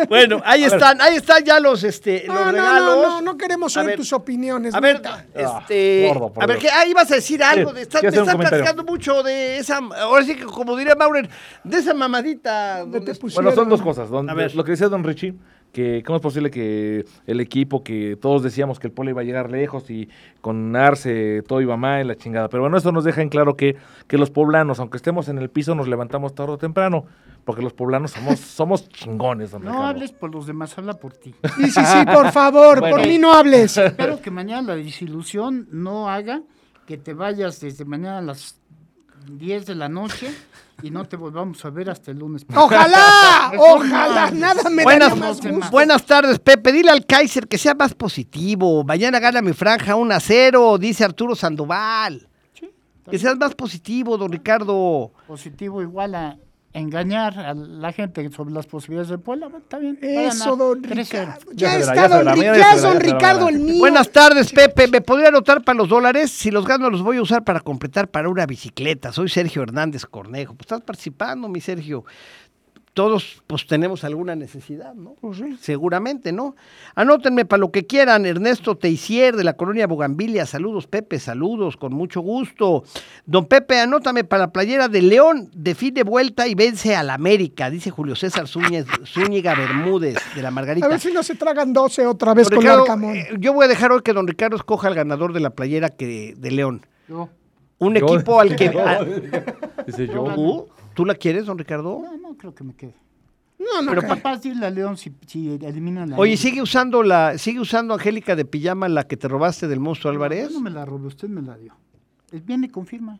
B: Bueno, [laughs] ahí están, ahí están ya los, este, los
D: No, no,
B: regalos.
D: no, no, no queremos
B: A
D: oír
B: ver,
D: tus opiniones.
B: A ver,
D: neta.
B: este,
C: Ah, gordo, por
B: a ver,
C: Dios.
B: ¿qué? Ah, ibas a decir algo.
C: Sí,
B: de- estás-
C: quiero
B: me
C: hacer un
B: estás
C: comentario.
B: platicando mucho de esa, ahora sí que como diría Maurer, de esa mamadita.
D: ¿Dónde
B: donde-
D: te pusieron?
C: Bueno, son dos cosas. Don-
B: A ver.
C: Lo que decía Don Richie, que cómo es posible que el equipo que todos decíamos que el Puebla iba a llegar lejos y con Arce todo iba mal, la chingada. Pero bueno, esto nos deja en claro que, que los poblanos, aunque estemos en el piso, nos levantamos tarde o temprano, porque los
B: [laughs]
C: poblanos somos, somos chingones, don
E: No
C: Ricardo.
E: hables por los demás, habla por ti.
D: Sí, sí, sí, por favor, por mí
B: [laughs]
D: no hables.
E: Espero que mañana la desilusión no haga que te vayas desde mañana a las 10 de la noche y no te volvamos a ver hasta el lunes.
D: [laughs] ¡Ojalá!
E: Eso no
D: ¡Ojalá!
E: hables.
D: Nada me
B: Buenas,
D: daría más gusto.
B: buenas tardes, Pepe. Dile al Kaiser que sea más positivo. Mañana gana mi franja 1 a 0, dice Arturo Sandoval. Que seas más positivo, don Ricardo.
E: Positivo igual a engañar a la gente sobre las posibilidades de Puebla. bueno, Está bien. va a ganar
D: Eso, don
E: 3-0.
D: Ricardo. Ya
C: se verá,
D: está
C: ya se
D: don
C: verá,
D: Ri-
C: mañana
D: ya
C: ya
D: es
C: se verá,
D: don
C: ya se verá,
D: Ricardo el
C: mañana.
D: mío.
B: Buenas tardes, Pepe. ¿Me podría anotar para los dólares? Si los gano, los voy a usar para completar para una bicicleta. Soy Sergio Hernández Cornejo. Pues estás participando, mi Sergio. Todos, pues, tenemos alguna necesidad, ¿no?
D: Pues
B: Seguramente, ¿no? Anótenme para lo que quieran. Ernesto Teisier, de la colonia Bogambilia. Saludos, Pepe. Saludos, con mucho gusto. Don Pepe, anótame para la playera de León. Define vuelta y vence al América, dice Julio César Zúñez- Zúñiga Bermúdez, de la Margarita.
D: A ver si no se tragan 12 otra vez
B: Don
D: con
B: Ricardo,
D: Arcamón.
B: eh, yo voy a dejar hoy que don Ricardo escoja al ganador de la playera que, de León.
E: Yo,
B: Un
C: Yo-
B: equipo al que... a-
C: Dice yo.
D: uh.
B: ¿Tú? ¿Tú la quieres, don Ricardo?
E: No, no creo que me quede.
D: No, no,
E: Pero
D: creo.
E: capaz dile a León si, si elimina la.
B: Oye, ¿sigue usando la sigue usando Angélica de pijama la que te robaste del monstruo Álvarez?
E: Yo no me la robé, usted me la dio. Es bien y confirma.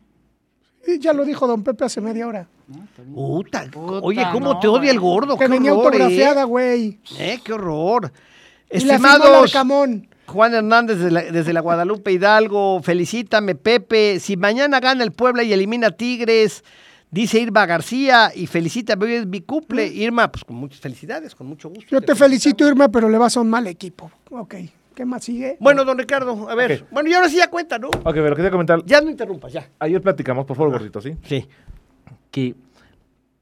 D: Sí, ya lo dijo don Pepe hace media hora.
E: ¿no? Está bien.
B: Puta,
E: Puta,
B: oye, ¿cómo
E: no,
B: te odia el
E: güey.
B: gordo?
D: Que
B: ¡Qué
D: venía
B: horror, eh!
D: autografiada, güey.
B: ¿eh? ¡Qué horror!
D: Y la firmó el
B: Estimados...
D: Arcamón.
B: Juan Hernández de la- desde la Guadalupe Hidalgo, felicítame Pepe, si mañana gana el Puebla y elimina a Tigres, dice Irma García, y felicítame, hoy es mi
C: Mm.
B: cumple, Irma, pues con muchas felicidades, con mucho gusto.
D: Yo te felicito, Irma, pero le vas a un mal equipo. Ok. ¿Qué más sigue?
B: Bueno, don Ricardo, a ver.
C: Ok.
B: Bueno, y ahora sí ya cuenta, ¿no?
C: Ok, pero quería comentar.
B: Ya no interrumpas, ya.
C: Ayer platicamos, por favor, gordito, ¿sí?
B: Sí.
C: Que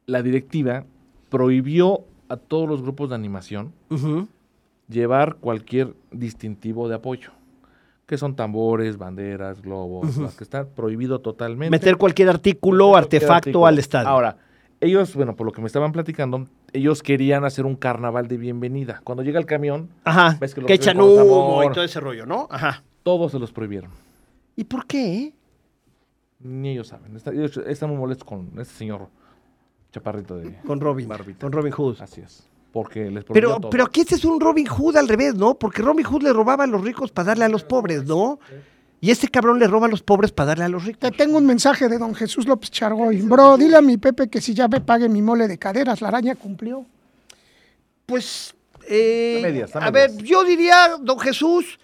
C: la directiva prohibió a todos los grupos de animación llevar cualquier distintivo de apoyo. Que son tambores, banderas, globos, las que están prohibido totalmente.
B: Meter cualquier artículo,
C: cualquier
B: artefacto
C: artículo.
B: al estadio.
C: Ahora, ellos, bueno, por lo que me estaban platicando, ellos querían hacer un carnaval de bienvenida. Cuando llega el camión,
B: Ajá.
C: ves que lo
B: Que
C: reciben
B: echan
C: con
B: humo
C: tambor.
B: y todo ese rollo, ¿no? Ajá.
C: todos se los prohibieron.
B: ¿Y por qué? eh?
C: Ni ellos saben. Está- ellos están muy molestos con este señor chaparrito de
B: Con Robin.
C: Barbita.
B: Con Robin Hood.
C: Así es. Porque les prohibió
B: Pero,
C: todo.
B: pero aquí este es un Robin Hood al revés, ¿no? Porque Robin Hood le robaba a los ricos para darle a los pobres, ¿no? Y este cabrón le roba a los pobres para darle a los ricos.
D: Te tengo un mensaje de don Jesús López Chargoy. Bro, dile a mi Pepe que si ya me pague mi mole de caderas, la araña cumplió.
B: Pues, eh,
C: A medias, a
B: a ver,
C: medias.
B: yo diría, don Jesús,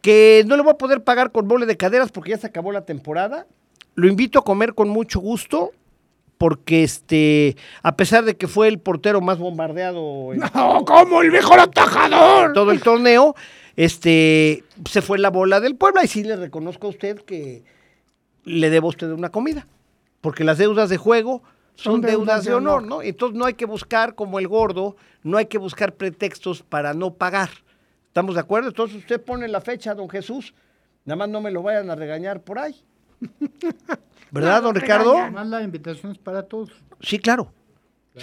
B: que no le voy a poder pagar con mole de caderas porque ya se acabó la temporada. Lo invito a comer con mucho gusto porque, este, a pesar de que fue el portero más
C: [laughs]
B: bombardeado en
D: ¡No! ¿Cómo? ¡El mejor atajador!
B: todo el torneo, este, se fue la bola del Puebla y sí le reconozco a usted que le debo a usted una comida, porque las deudas de juego son,
D: Son
B: deudas,
D: deudas
B: de
D: de
B: honor,
D: honor.
B: ¿no? Entonces no hay que buscar como el gordo, no hay que buscar pretextos para no pagar. ¿Estamos de acuerdo? Entonces usted pone la fecha, don Jesús, nada más no me lo vayan a regañar por ahí. ¿Verdad, don Ricardo?
E: Además, la invitación es para todos.
B: Sí, claro.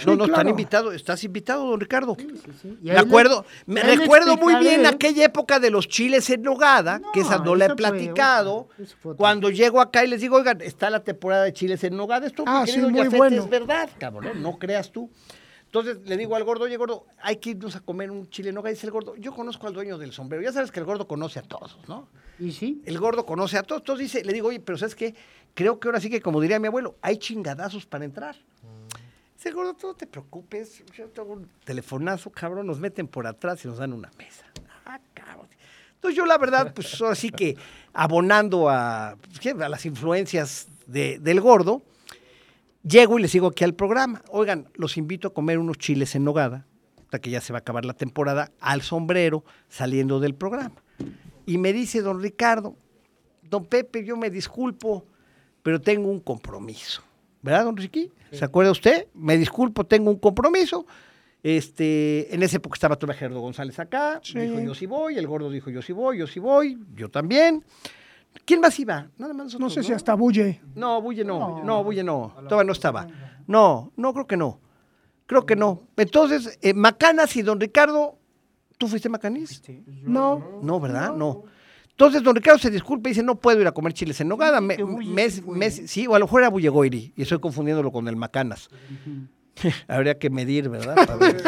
B: No, no, están
D: claro.
B: invitados. Estás invitado, don Ricardo.
E: sí. Y
B: Me
E: ahí le-
B: acuerdo, me
E: ahí le
B: recuerdo muy bien
E: explicaré.
B: aquella época de los chiles en nogada,
E: No,
B: que esa no la he
E: esa fue
B: platicado.
E: otra, esa fue otra.
B: Cuando llego acá y les digo, oigan, está la temporada de chiles en nogada, esto mi
D: Ah,
B: querido
D: sí, muy
B: Jafet,
D: bueno.
B: es verdad, cabrón, no creas tú. Entonces le digo al gordo, oye gordo, hay que irnos a comer un chile en nogada. Dice el gordo, yo conozco al dueño del sombrero, ya sabes que el gordo conoce a todos, ¿no?
E: Y sí,
B: El gordo conoce a todos. Entonces dice, le digo, oye, pero ¿sabes qué? Creo que ahora sí que, como diría mi abuelo, hay chingadazos para entrar. Dice el gordo, tú no te preocupes. Yo tengo un telefonazo, cabrón. Nos meten por atrás y nos dan una mesa. Ah, cabrón. Entonces yo, la verdad, pues ahora sí que abonando a, pues, ¿qué? a las influencias de- del gordo, llego y les digo aquí al programa. Oigan, los invito a comer unos chiles en nogada, hasta que ya se va a acabar la temporada, al sombrero, saliendo del programa. Y me dice don Ricardo, don Pepe, yo me disculpo, pero tengo un compromiso. ¿Verdad, don Ricky? ¿Se acuerda usted? Me disculpo, tengo un compromiso. Este, en esa época estaba todavía Gerardo González acá, dijo yo sí voy, el gordo dijo yo sí voy, yo sí voy, yo también. ¿Quién más iba? Nada más
D: No
B: nosotros,
D: sé si hasta bulle.
B: no, Bulle no. No, Bulle no. Todavía no estaba. No, no, creo que no. Creo que no. Entonces, eh, Macanas y don Ricardo, ¿tú fuiste Macanis?
D: No.
B: No, ¿verdad? No. Entonces, don Ricardo se disculpa y dice, no puedo ir a comer chiles en nogada. Me- me- me- sí, o a lo mejor era Bullegoiri y estoy confundiéndolo con el Macanas. [laughs] Habría que medir, ¿verdad? [laughs] Para ver.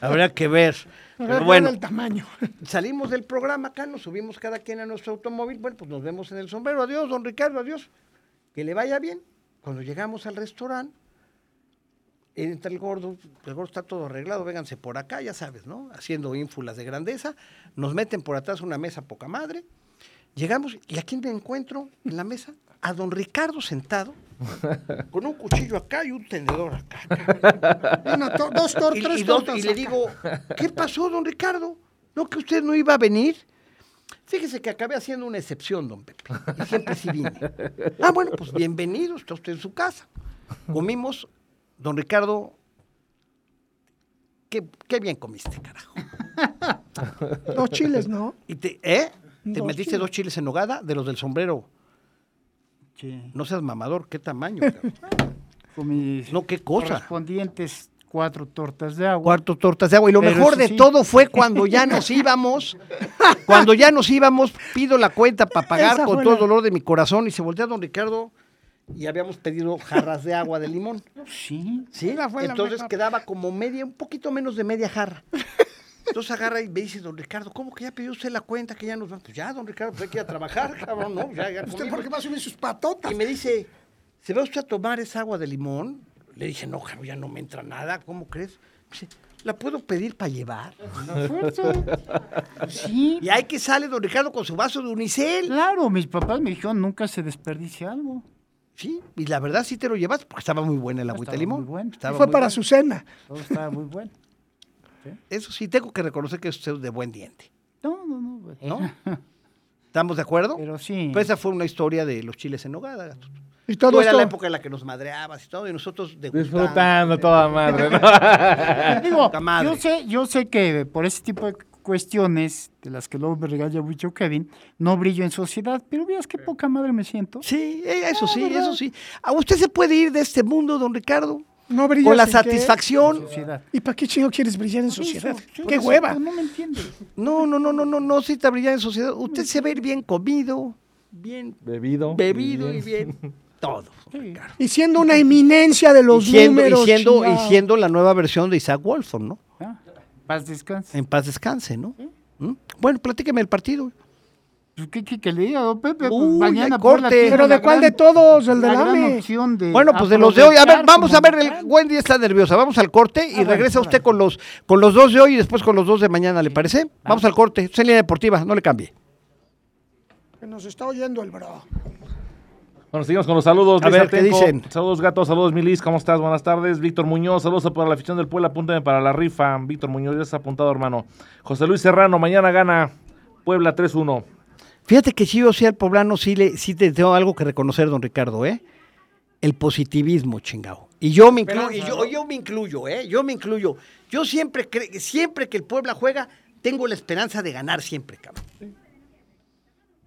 B: Habría que ver. Pero bueno,
D: el tamaño.
B: salimos del programa acá, nos subimos cada quien a nuestro automóvil, bueno, pues nos vemos en el sombrero, adiós, don Ricardo, adiós, que le vaya bien. Cuando llegamos al restaurante, entra el gordo, el gordo está todo arreglado, vénganse por acá, ya sabes, ¿no? Haciendo ínfulas de grandeza, nos meten por atrás una mesa poca madre, llegamos y aquí me encuentro en la mesa a don Ricardo sentado, con un cuchillo acá y un tenedor acá.
D: Una to- dos tor-
B: Y-
D: tres
B: y, dos-
D: tortas
B: y le
D: acá.
B: digo, ¿qué pasó, don Ricardo? ¿No que usted no iba a venir? Fíjese que acabé haciendo una excepción, don Pepe. Y siempre sí vine. Ah, bueno, pues bienvenido, está usted en su casa. Comimos, don Ricardo, qué, qué bien comiste, carajo.
D: Dos chiles, ¿no?
B: Y te, ¿eh? Te
D: Dos
B: metiste
D: chiles.
B: dos chiles en hogada de los del sombrero.
E: sí,
B: No seas mamador, qué tamaño. cabrón.
E: con mis
B: No, qué cosa.
E: correspondientes cuatro tortas de agua.
B: cuarto tortas de agua. Y lo
E: Pero
B: mejor
E: eso
B: de
E: sí.
B: todo fue cuando ya
D: [laughs]
B: nos íbamos. cuando ya nos íbamos, pido la cuenta para pagar
D: Esa
B: con
D: fue
B: todo
D: la-
B: dolor de mi corazón. Y se voltea don Ricardo y habíamos pedido jarras de agua de limón.
E: Sí,
B: ¿Sí?
D: Esa fue la
B: Entonces
D: mejor.
B: quedaba como media, un poquito menos de media jarra. Entonces agarra y me dice, don Ricardo, ¿cómo que ya pidió usted la cuenta que ya nos vamos? Pues ya, don Ricardo, pues hay que ir a trabajar, cabrón, ¿no? Ya, ya
D: [laughs] ¿Usted
B: comimos".
D: por qué va a subir sus patotas?
B: Y me dice, ¿se va usted a tomar esa agua de limón? Le dije, no, Jaro, ya no me entra nada, ¿cómo crees? Me dice, ¿la puedo pedir para llevar?
E: sí.
B: Y hay que sale don Ricardo con su vaso de unicel.
E: Claro, mis papás me dijeron nunca se desperdicie algo.
B: Sí, y la verdad sí te lo llevas, porque estaba muy buena el agüita de
E: Estaba
B: limón.
E: muy buena.
B: Estaba
D: Fue
B: muy
D: para
B: buena.
D: su cena.
E: Todo estaba muy bueno.
B: Eso sí, tengo que reconocer que usted es de buen diente.
E: No, no,
B: güey,
E: [laughs]
B: ¿no? ¿Estamos de acuerdo?
E: Pero sí.
B: Pues esa fue una historia de los chiles en nogada, gato.
D: Y
B: Todo
D: todo
B: era la
D: esto.
B: época en la que nos madreabas y todo, y nosotros degustando.
C: Disfrutando a toda madre, ¿no?
E: [laughs] Digo,
B: Poca madre.
E: yo sé, yo sé que por ese tipo de cuestiones, de las que luego me regala mucho Kevin, no brillo en sociedad, pero veas qué poca madre me siento.
B: Sí, eh, eso sí, eso sí. ¿A usted se puede ir de este mundo, don Ricardo?
D: No brillas
B: Con la
D: en qué?
B: satisfacción.
E: Sociedad.
D: ¿Y para qué chingo quieres brillar en sociedad?
E: Eso, yo
D: ¡Qué
E: no sé,
D: hueva!
E: No me entiendes.
B: No, no, no, no, no, no, sí, está brillando en sociedad. Usted se va a ir bien comido, bien
C: Bebido.
B: bebido y bien todo. Ricardo.
D: Y siendo una eminencia de los
B: y siendo,
D: números.
B: y, siendo, y
D: chingado.
B: siendo la nueva versión de Isaac Wolford, ¿no?
E: Ah, Paz, descanse.
B: En paz descanse, ¿no? ¿Mm? Bueno, platíqueme el partido.
E: Pues, ¿Qué, qué, qué le digo, Pepe? Pues,
B: Uy,
E: mañana
B: hay
E: por la
B: corte.
E: tienda,
D: ¿Pero
E: la
D: de cuál
E: gran-
D: de todos? ¿El de
E: la gran
D: Lame?
E: opción de
B: Bueno, pues de los de hoy. A ver, vamos a ver. El
E: aprovechar como Ah,
B: Wendy está nerviosa. Vamos al corte y
E: bueno,
B: regresa usted
E: órale.
B: con los, con los dos de hoy y después con los dos de mañana, ¿le parece?
E: Ah.
B: Vamos al corte. Esto es en línea deportiva, no le cambie.
D: Que nos está oyendo el bro.
C: Bueno, seguimos con los saludos.
B: A
C: Liz
B: ver, ¿qué
C: Atenco.
B: dicen?
C: Saludos, gatos. Saludos, Milis. ¿Cómo estás? Buenas tardes. Víctor Muñoz. Saludos a- para la afición del pueblo. Apúntame para la rifa. Víctor Muñoz, ya está apuntado, hermano. José Luis Serrano. Mañana gana Puebla 3-1.
B: Fíjate que sí, o sea, el poblano sí, le, sí te tengo algo que reconocer, don Ricardo, ¿eh? El positivismo, chingao. Y yo me incluyo, y yo, yo me incluyo, ¿eh? Yo me incluyo. Yo siempre, cre- siempre que el Puebla juega, tengo la esperanza de ganar siempre, cabrón.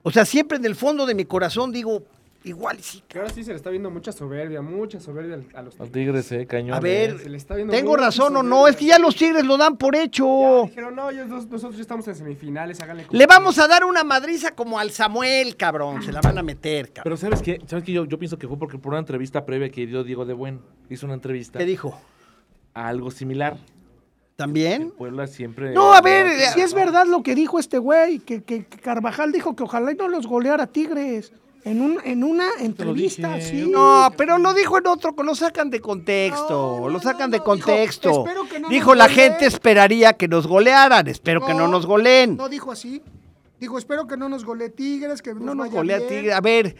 B: O sea, siempre en el fondo de mi corazón digo, igual y sí.
F: Que ahora sí se le está viendo mucha soberbia, mucha soberbia al- a los
C: Los
F: Tigres.
C: Tigres, eh, cañón.
B: A
C: eh.
F: Se
B: ver,
F: le está viendo
B: tengo
F: mucha
B: razón o no,
F: soberbia.
B: es que ya los Tigres lo dan por hecho.
F: Dijeron, no, ellos dos- nosotros ya estamos en semifinales, háganle como-
B: Le vamos a dar una madriza como al Samuel, cabrón. Se la van a meter, cabrón.
C: Pero ¿sabes qué? ¿Sabes qué? Yo, yo pienso que fue porque por una entrevista previa que dio Diego de Buen. Hizo una entrevista
B: ¿Qué dijo?
C: a algo similar.
B: ¿También?
C: Puebla siempre...
B: No, a ver, eh,
D: Si es verdad lo que dijo este güey, que, que- que Carvajal dijo que ojalá y no los goleara Tigres. En, un, en una entrevista,
C: dije,
D: sí.
C: yo
B: No, pero lo dijo en otro, lo sacan de contexto,
D: No, no,
B: lo sacan
D: no,
B: de
D: no,
B: contexto.
D: dijo, "Espero que no
B: dijo,
D: nos
B: la
D: goleen".
B: gente esperaría que nos golearan, espero que no nos goleen.
D: No dijo así. Dijo, espero que no nos golee Tigres, que
B: No nos
D: vaya
B: golea
D: bien".
B: Tigres. A ver,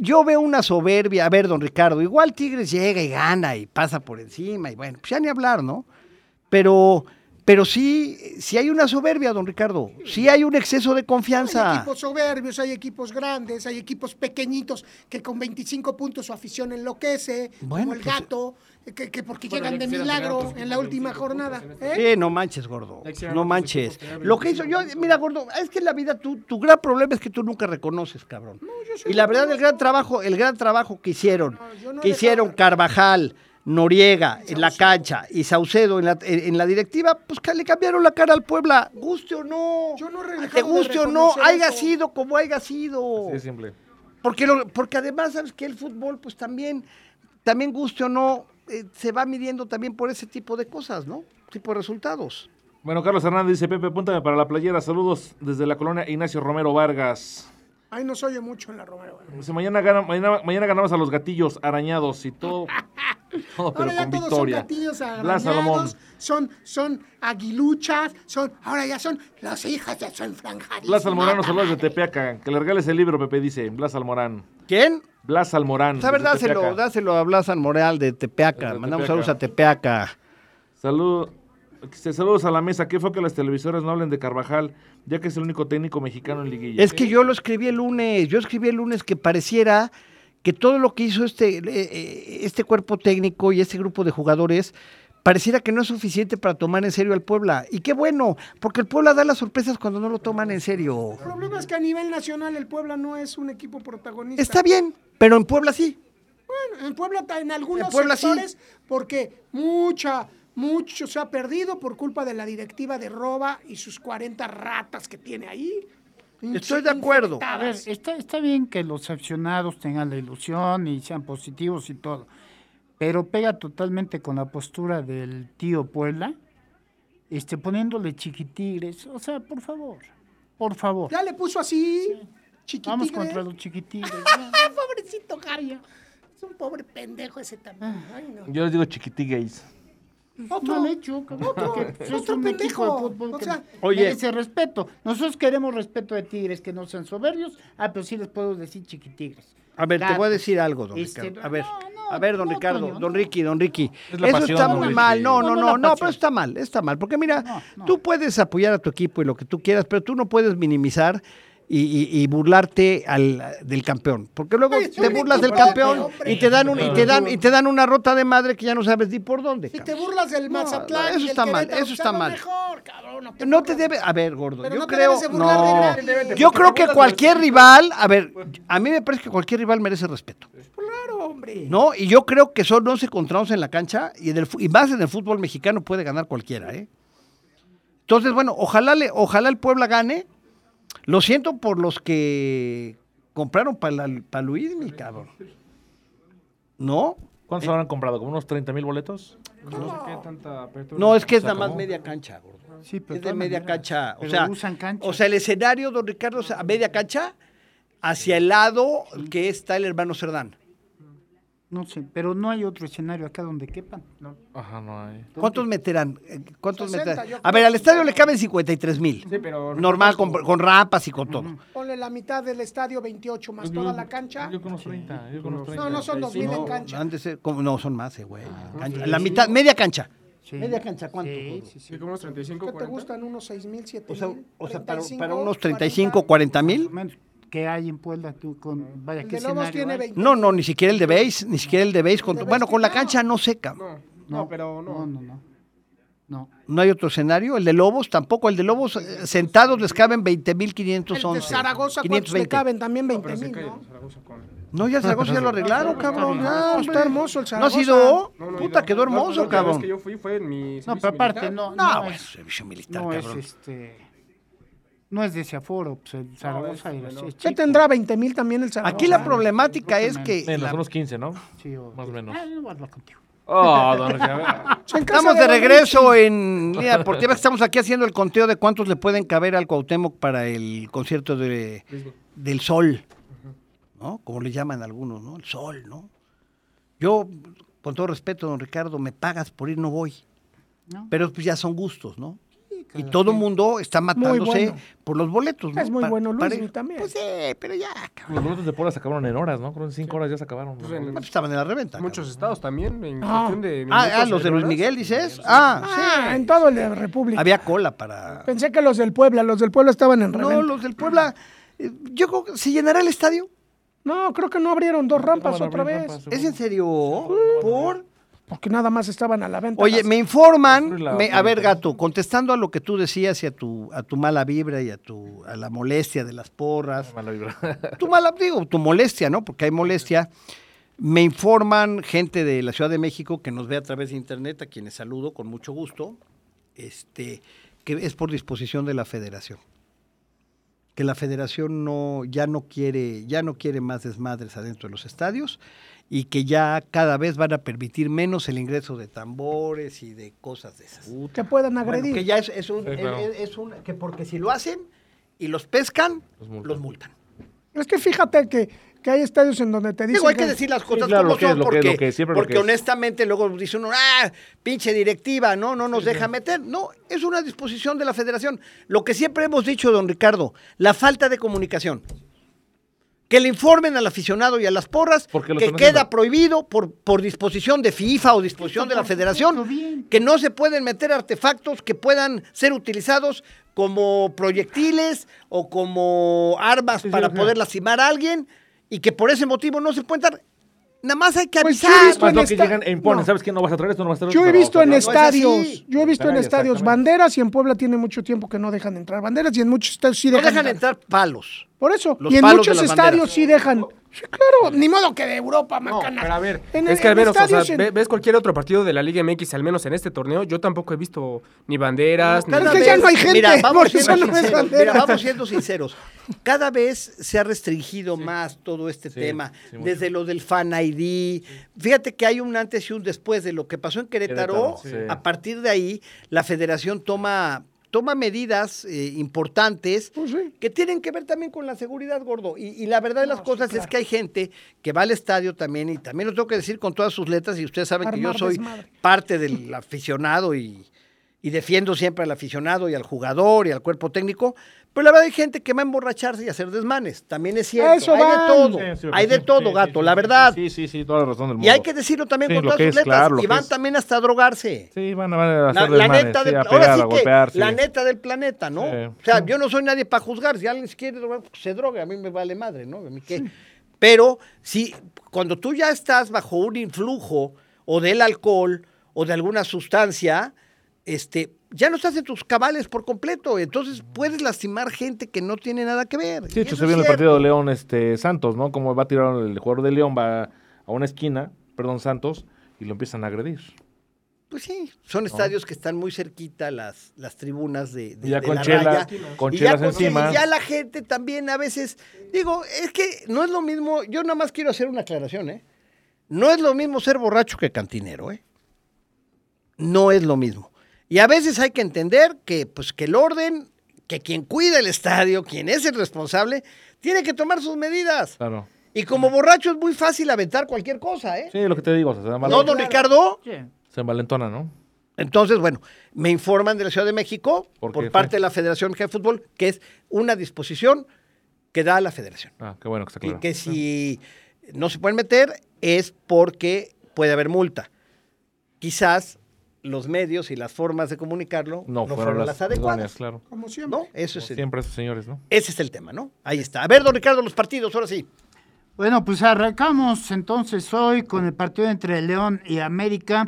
B: yo veo una soberbia. A ver, don Ricardo, igual Tigres llega y gana y pasa por encima. Y bueno, pues ya ni hablar, ¿no? Pero, pero sí, sí hay una soberbia, don Ricardo. Sí hay un exceso de
D: Hay
B: confianza.
D: equipos soberbios, hay equipos grandes, hay equipos pequeñitos que con 25 puntos su afición enloquece,
B: Bueno,
D: como el
B: pues-
D: gato, eh, que, que porque llegan de milagro en la última jornada. ¿eh?
B: Sí, no manches, gordo.
F: Excelente,
B: No
F: pues,
B: manches.
F: equipos que
B: Lo que hizo yo, mira, gordo, es que en la vida tú, tu gran problema es que tú nunca reconoces, cabrón. Y la verdad, el gran trabajo, el gran trabajo que hicieron,
D: yo no
B: que
D: le
B: hicieron
D: doy-
B: Carvajal, Noriega en la cancha y Saucedo en la, en, en la directiva, pues que le cambiaron la cara al Puebla, guste o no. Ah,
D: Yo no he
B: te
D: dejado de
B: guste o no,
D: reconocer
B: haya
D: eso.
B: sido como haya sido.
C: Sí, simple.
B: Porque, lo- porque además, sabes que el fútbol, pues también, también guste o no, eh, se va midiendo también por ese tipo de cosas, ¿no? Tipo de resultados.
C: Bueno, Carlos Hernández dice, Pepe, apúntame para la playera. Saludos desde la colonia Ignacio Romero Vargas.
D: Ahí nos oye mucho en la Romero. ¿eh?
C: Dice, mañana, gana- mañana, mañana ganamos a los gatillos arañados y
D: [laughs]
C: todo, todo pero
D: Ahora ya
C: con
D: todos
C: victoria.
D: son gatillos
C: Blas Salomón.
D: arañados, son, son aguiluchas, son, ahora ya son los hijos de su enfranjadísima.
C: Blas Almorán, los saludos de Tepeaca. Que le regales el libro, Pepe, dice. Blas Almorán.
B: ¿Quién?
C: Blas Almorán.
B: A ver,
C: desde
B: dáselo,
C: Tepeaca.
B: dáselo a Blas Moral de Tepeaca.
C: Desde
B: Mandamos
C: Tepeaca.
B: saludos a Tepeaca.
C: Salud- dice, Saludos a la mesa. ¿Qué fue que las televisoras no hablen de Carvajal, ya que es el único técnico mexicano en liguilla?
B: Es que yo lo escribí el lunes, yo escribí el lunes que pareciera que todo lo que hizo este, eh, eh, este cuerpo técnico y este grupo de jugadores pareciera que no es suficiente para tomar en serio al Puebla. Y qué bueno, porque el Puebla da las sorpresas cuando no lo toman en serio.
D: El problema es que a nivel nacional el Puebla no es un equipo protagonista.
B: Está bien, pero en Puebla sí.
D: Bueno, en Puebla, ta- en algunos
B: En Puebla sí.
D: sectores, porque mucha, mucho se ha perdido por culpa de la directiva de Roba y sus 40 ratas que tiene ahí.
B: Estoy de acuerdo.
E: A ver,
D: Infectadas.
E: está, está bien que los aficionados tengan la ilusión y sean positivos y todo, pero pega totalmente con la postura del tío Puebla, este, poniéndole chiquitigres, o sea, por favor, por favor,
D: Ya le puso así, chiquitigre.
E: vamos contra los chiquitigres. ya.
D: Ah, [laughs] pobrecito Gallo. Es un pobre pendejo ese también.
B: Ah.
D: Ay, no.
C: Yo les digo chiquitigues.
B: Pues
D: Otro.
E: Mal hecho, cabrón,
D: Otro,
E: porque, pues, es
D: otro
E: un equipo de
D: pendejo.
E: fútbol
D: O
E: que
D: sea-
B: Oye.
E: merece respeto. Nosotros queremos respeto de tigres que no sean soberbios. Ah, pero sí les puedo decir chiquitigres.
B: A ver, te voy a
E: Gatos,
B: decir algo, don
E: este,
B: Ricardo. A ver,
E: no, no,
B: A ver, don
E: no,
B: Ricardo,
E: Toño,
B: don
E: no.
B: Ricky, don Ricky.
C: Es la
B: eso
C: pasión,
B: está
C: don
B: muy
C: Ricky.
B: mal. No, no,
E: No, no
B: no,
E: la
B: no, pero
E: pasión.
B: está mal, está mal. Porque mira,
E: No, no.
B: tú puedes apoyar a tu equipo y lo que tú quieras, pero tú no puedes minimizar y, y- y burlarte al, del campeón. Porque luego
D: Oye,
B: te
D: tú
B: burlas del
D: eres tu
B: campeón
D: propio hombre.
B: y te dan un, y te dan, y te dan una rota de madre que ya no sabes ni por dónde.
D: Si te
B: cabrón.
D: burlas del
B: No,
D: Mazatlán,
B: eso
D: y el
B: está mal,
D: Querétaro,
B: eso
D: pues,
B: está
D: habla
B: mal.
D: mejor, cabrón, no te
B: No te
D: burles.
B: debe, a ver, gordo,
D: Pero
B: yo
D: no te
B: creo,
D: debes de burlar de
B: no.
D: nadie. Debes de-
B: Yo
F: porque
B: creo
F: te
B: que
F: burlas de
B: cualquier
F: los-
B: rival, a ver, a mí me parece que cualquier rival merece respeto.
D: Pues Claro, hombre.
B: No, y yo creo que son 11 contra 11 en la cancha y, en el fu- y más en el fútbol mexicano puede ganar cualquiera, ¿eh? Entonces, bueno, ojalá, le, ojalá el Puebla gane. Lo siento por los que compraron para Luis, mi cabrón. ¿No?
D: ¿Eh?
C: ¿Cuántos habrán comprado? ¿Como unos 30 mil boletos?
F: No sé qué tanta apertura.
B: No, es que es
C: Se
B: nada más
C: acabó.
B: media cancha, gordo.
E: Sí, pero
B: es de
E: todas
B: media
E: maneras,
B: cancha. O
E: pero
B: sea,
E: usan cancha.
B: o sea, el escenario, don Ricardo, o sea, a media cancha hacia el lado que está el hermano Cerdán.
E: No sé, pero no hay otro escenario acá donde quepan. No.
C: Ajá, no hay.
B: ¿Cuántos meterán? Eh, ¿Cuántos
D: 60, yo
B: meterán? A
D: creo.
B: ver, al estadio le caben 53 mil.
F: Sí, pero-
B: Normal, con, con rampas y con todo.
D: Ponle la mitad del estadio, 28
B: Pues
D: más toda la cancha.
C: Yo con unos 30. Yo con unos 30.
D: No, no son 2000 en cancha.
B: Antes, eh, como- no, son más, eh, güey. Cancha- la mitad, media cancha.
E: Sí.
B: Media cancha, ¿cuánto?
E: Sí,
B: gordo?
E: sí, sí.
F: Sí, como unos
D: ¿Qué
F: 35,
D: te
F: 40.
D: gustan unos 6000,
B: O
D: 7000?
B: sea, o sea, para,
D: 35,
B: para unos 35, 40 mil.
E: Menos que hay en Puebla tú con vaya
D: El
E: qué
D: de Lobos
E: escenario
D: tiene
E: hay?
D: 20.
B: No, no, ni siquiera el de base, ni siquiera el de base. con-
D: El de base
B: bueno, con la
D: quitado.
B: cancha no seca. No.
F: No, no, pero
E: No,
F: no.
E: no, no. No.
B: hay otro escenario. El de Lobos tampoco. El de Lobos eh, sentados les caben 20.511.
D: El de Zaragoza, ¿cuántos le
B: 520.
D: caben? También
F: Pero
D: 20
F: se
D: mil,
F: cae
D: ¿no?
F: el Zaragoza con.
B: No, ya el Zaragoza ya lo arreglaron, cabrón. ya,
D: No,
B: hombre.
D: está hermoso el
B: No ha
D: Zaragoza.
B: sido.
F: No, no he
B: Puta,
F: ido.
B: quedó
F: La- la
B: hermoso,
F: última vez
B: cabrón.
F: que yo fui fue en mi.
E: No,
F: servicio
E: pero aparte
F: militar.
E: no no,
B: No, bueno,
E: es,
B: servicio militar,
E: no es
B: cabrón.
E: este no es de ese aforo, pues el Zaragoza
F: es
E: era así,
F: menor.
E: es
D: ¿Qué
E: chico,
D: tendrá 20 mil también el Zaragoza?
B: Aquí la problemática es que.
C: Menos,
B: la-
C: unos 15, ¿no?
E: sí, o-
C: Más o menos.
E: Ah, no voy a hablar contigo.
C: Oh, don
F: [laughs]
C: Ricardo.
D: O sea, en casa
B: Estamos de
D: Don
B: regreso en Línea Deportiva. Estamos aquí haciendo el conteo de cuántos le pueden caber al Cuauhtémoc para el concierto de, del Sol, ¿no? Como le llaman algunos, ¿no? El Sol, ¿no? Yo, con todo respeto, don Ricardo, me pagas por ir, no voy.
E: No.
B: Pero pues ya son gustos, ¿no? Y
E: cada
B: todo mundo está matándose
D: bueno.
B: por los boletos, ¿no?
D: Es muy
B: Pa-
D: bueno
B: para
D: Luis
B: ir.
D: también.
B: Pues sí, pero ya, cabrón.
C: Los boletos de Puebla se acabaron en horas, ¿no? Creo en 5 horas ya se acabaron.
F: Pues en-
B: Pues, Estaban en la reventa.
F: Muchos
B: cabrón.
F: estados también. En cuestión de.
B: Ah, ah,
F: minutos y
B: los de Luis
F: horas.
B: Miguel, dices. Ah,
D: Ah,
B: sí.
D: en todo el de República.
B: Había cola para.
D: Pensé que los del Puebla, los del Puebla estaban en
B: No,
D: reventa.
B: los del Puebla. eh, Yo creo que se llenará el estadio.
D: No, creo que no abrieron dos rampas otra vez.
B: ¿Es en serio? ¿Por?
D: Porque nada más estaban a la venta.
B: Oye,
D: las-
B: me informan.
C: La-
B: me- a ver, gato, contestando a lo que tú decías y a tu, a tu mala vibra y a tu a la molestia de las porras.
C: Mala vibra.
B: Tu mala, digo, tu molestia, ¿no? Porque hay molestia. Me informan gente de la Ciudad de México que nos ve a través de internet, a quienes saludo con mucho gusto, este, que es por disposición de la federación. Que la federación no, ya no quiere, ya no quiere más desmadres adentro de los estadios y que ya cada vez van a permitir menos el ingreso de tambores y de cosas de esas.
D: Que puedan
B: Bueno,
D: agredir.
B: que ya es, es un,
C: Sí, claro.
B: es- es un- que porque si lo hacen y los pescan,
C: Los multan.
B: Los multan.
D: Es que fíjate que, que hay estadios en donde te dicen.
B: Digo, hay que decir las cosas
C: claro,
B: como
C: lo que
B: son,
C: es, lo que
B: porque,
C: es, lo que es, siempre lo
B: porque
C: que es.
B: honestamente luego dice uno, ah, pinche directiva, no, no nos deja meter. No, es una disposición de la federación. Lo que siempre hemos dicho, don Ricardo, la falta de comunicación. Que le informen al aficionado y a las porras
C: Porque lo
B: que
C: están
B: queda
C: haciendo.
B: prohibido por, por disposición de FIFA o disposición de la federación, que no se pueden meter artefactos que puedan ser utilizados como proyectiles o como armas
C: Sí, sí,
B: para
C: o sea.
B: poder lastimar a alguien y que por ese motivo no se pueden dar. Nada más hay que
D: Pues sí,
B: avisar.
D: he visto
C: Más
D: en
C: lo que
D: esta-
C: llegan e imponen.
D: no.
C: ¿Sabes qué? No vas a traer esto, no vas a traer
D: Yo he
C: esto, no,
D: visto
C: o
D: en
C: sea,
B: es así.
D: estadios, yo he visto en
C: Caray,
D: estadios
C: exactamente.
D: banderas y en Puebla tiene mucho tiempo que no dejan entrar banderas y en muchos estadios sí
B: no
D: dejan,
B: dejan
D: entrar.
B: entrar palos.
D: Por eso,
B: los
D: y en
B: palos
D: muchos
B: de las
D: estadios
B: banderas.
D: sí dejan. Sí, claro, ni modo que de Europa,
F: No,
D: macana.
F: pero a ver,
D: En-
F: es que al
D: en
F: menos, o sea,
D: estadios en-
F: ve- ves cualquier otro partido de la Liga MX, al menos en este torneo, yo tampoco he visto ni banderas, ni...
D: Cada Es que ya no hay gente,
B: Mira, vamos
D: por eso
B: siendo
D: no ves
B: sinceros,
D: banderas.
B: mira, vamos siendo sinceros. Cada vez se ha restringido más todo este
C: Sí,
B: tema,
C: sí, mucho.
B: desde lo del fan ID. Fíjate que hay un antes y un después de lo que pasó en Querétaro.
C: Querétaro, sí.
B: A partir de ahí, la federación toma, toma medidas eh, importantes
D: Pues sí.
B: que tienen que ver también con la seguridad, gordo. Y, y la verdad de las cosas es que hay gente que va al estadio también, y también lo tengo que decir con todas sus letras, y ustedes saben que yo
D: Armar
B: soy
D: desmadre.
B: parte del aficionado y, y defiendo siempre al aficionado y al jugador y al cuerpo técnico, pero la verdad hay gente que va a emborracharse y a hacer desmanes, también es cierto,
D: Eso
B: hay
D: van.
B: de todo,
C: Sí, sí,
B: hay de
C: sí,
B: todo,
C: sí,
B: gato,
C: sí,
B: la
C: sí,
B: verdad,
C: Sí, sí, sí, toda la razón del mundo.
B: y hay que decirlo también
C: Sí,
B: con
C: lo
B: todas
C: que
B: sus
C: es,
B: letras,
C: claro, lo
B: y
C: que
B: van
C: es.
B: también hasta a drogarse.
C: Sí, van a, van a
B: La,
C: hacer
B: la
C: desmanes,
B: neta
C: sí,
B: del,
C: a
B: ahora
C: pegar,
B: sí
C: a
B: que
C: golpear, sí.
B: la neta del planeta, ¿no?
C: Sí.
B: O sea, yo no soy nadie para juzgar. Si alguien se quiere drogar, pues, se droga, a mí me vale madre, ¿no? A mí qué. Pero si cuando tú ya estás bajo un influjo o del alcohol o de alguna sustancia, este, ya no estás en tus cabales por completo. Entonces puedes lastimar gente que no tiene nada que ver.
C: Sí,
B: Y
C: de hecho
B: eso
C: se vio
B: es
C: en el
B: cierto.
C: partido de León este, Santos, ¿no? Como va a tirar el jugador de León, va a una esquina, perdón, Santos, y lo empiezan a agredir.
B: Pues sí, son estadios que están muy cerquita las, las tribunas de, de-
C: Y ya
B: de
C: con
B: la
C: chela-
B: raya.
C: con
B: Y ya
C: chelas
B: con-
C: encima.
B: y ya la gente también a veces, digo, es que no es lo mismo, yo nada más quiero hacer una aclaración, ¿eh? No es lo mismo ser borracho que cantinero, ¿eh? No es lo mismo. Y a veces hay que entender que, pues, que el orden, que quien cuida el estadio, quien es el responsable, tiene que tomar sus medidas.
C: Claro.
B: Y como borracho es muy fácil aventar cualquier cosa, ¿eh?
C: Sí, lo que te digo, o sea, se,
B: ¿No,
C: envalentona,
B: don Ricardo?
E: Bien.
C: se envalentona, ¿no?
B: Entonces, bueno, me informan de la Ciudad de México
C: ¿Por
B: por,
C: qué fue?
B: parte de la Federación Mexicana de Fútbol que es una disposición que da la Federación.
C: Ah, qué bueno que está
B: Y
C: claro.
B: que si no se pueden meter es porque puede haber multa. Quizás los medios y las formas de comunicarlo no, fueron, las,
C: idóneas,
B: adecuadas.
C: claro.
D: Como siempre.
B: ¿no? Eso es el-
C: Siempre esos señores, ¿no?
B: ese es el tema, ¿no? Ahí está. A ver, don Ricardo, los partidos, ahora sí.
E: Bueno, pues arrancamos entonces hoy con el partido entre León y América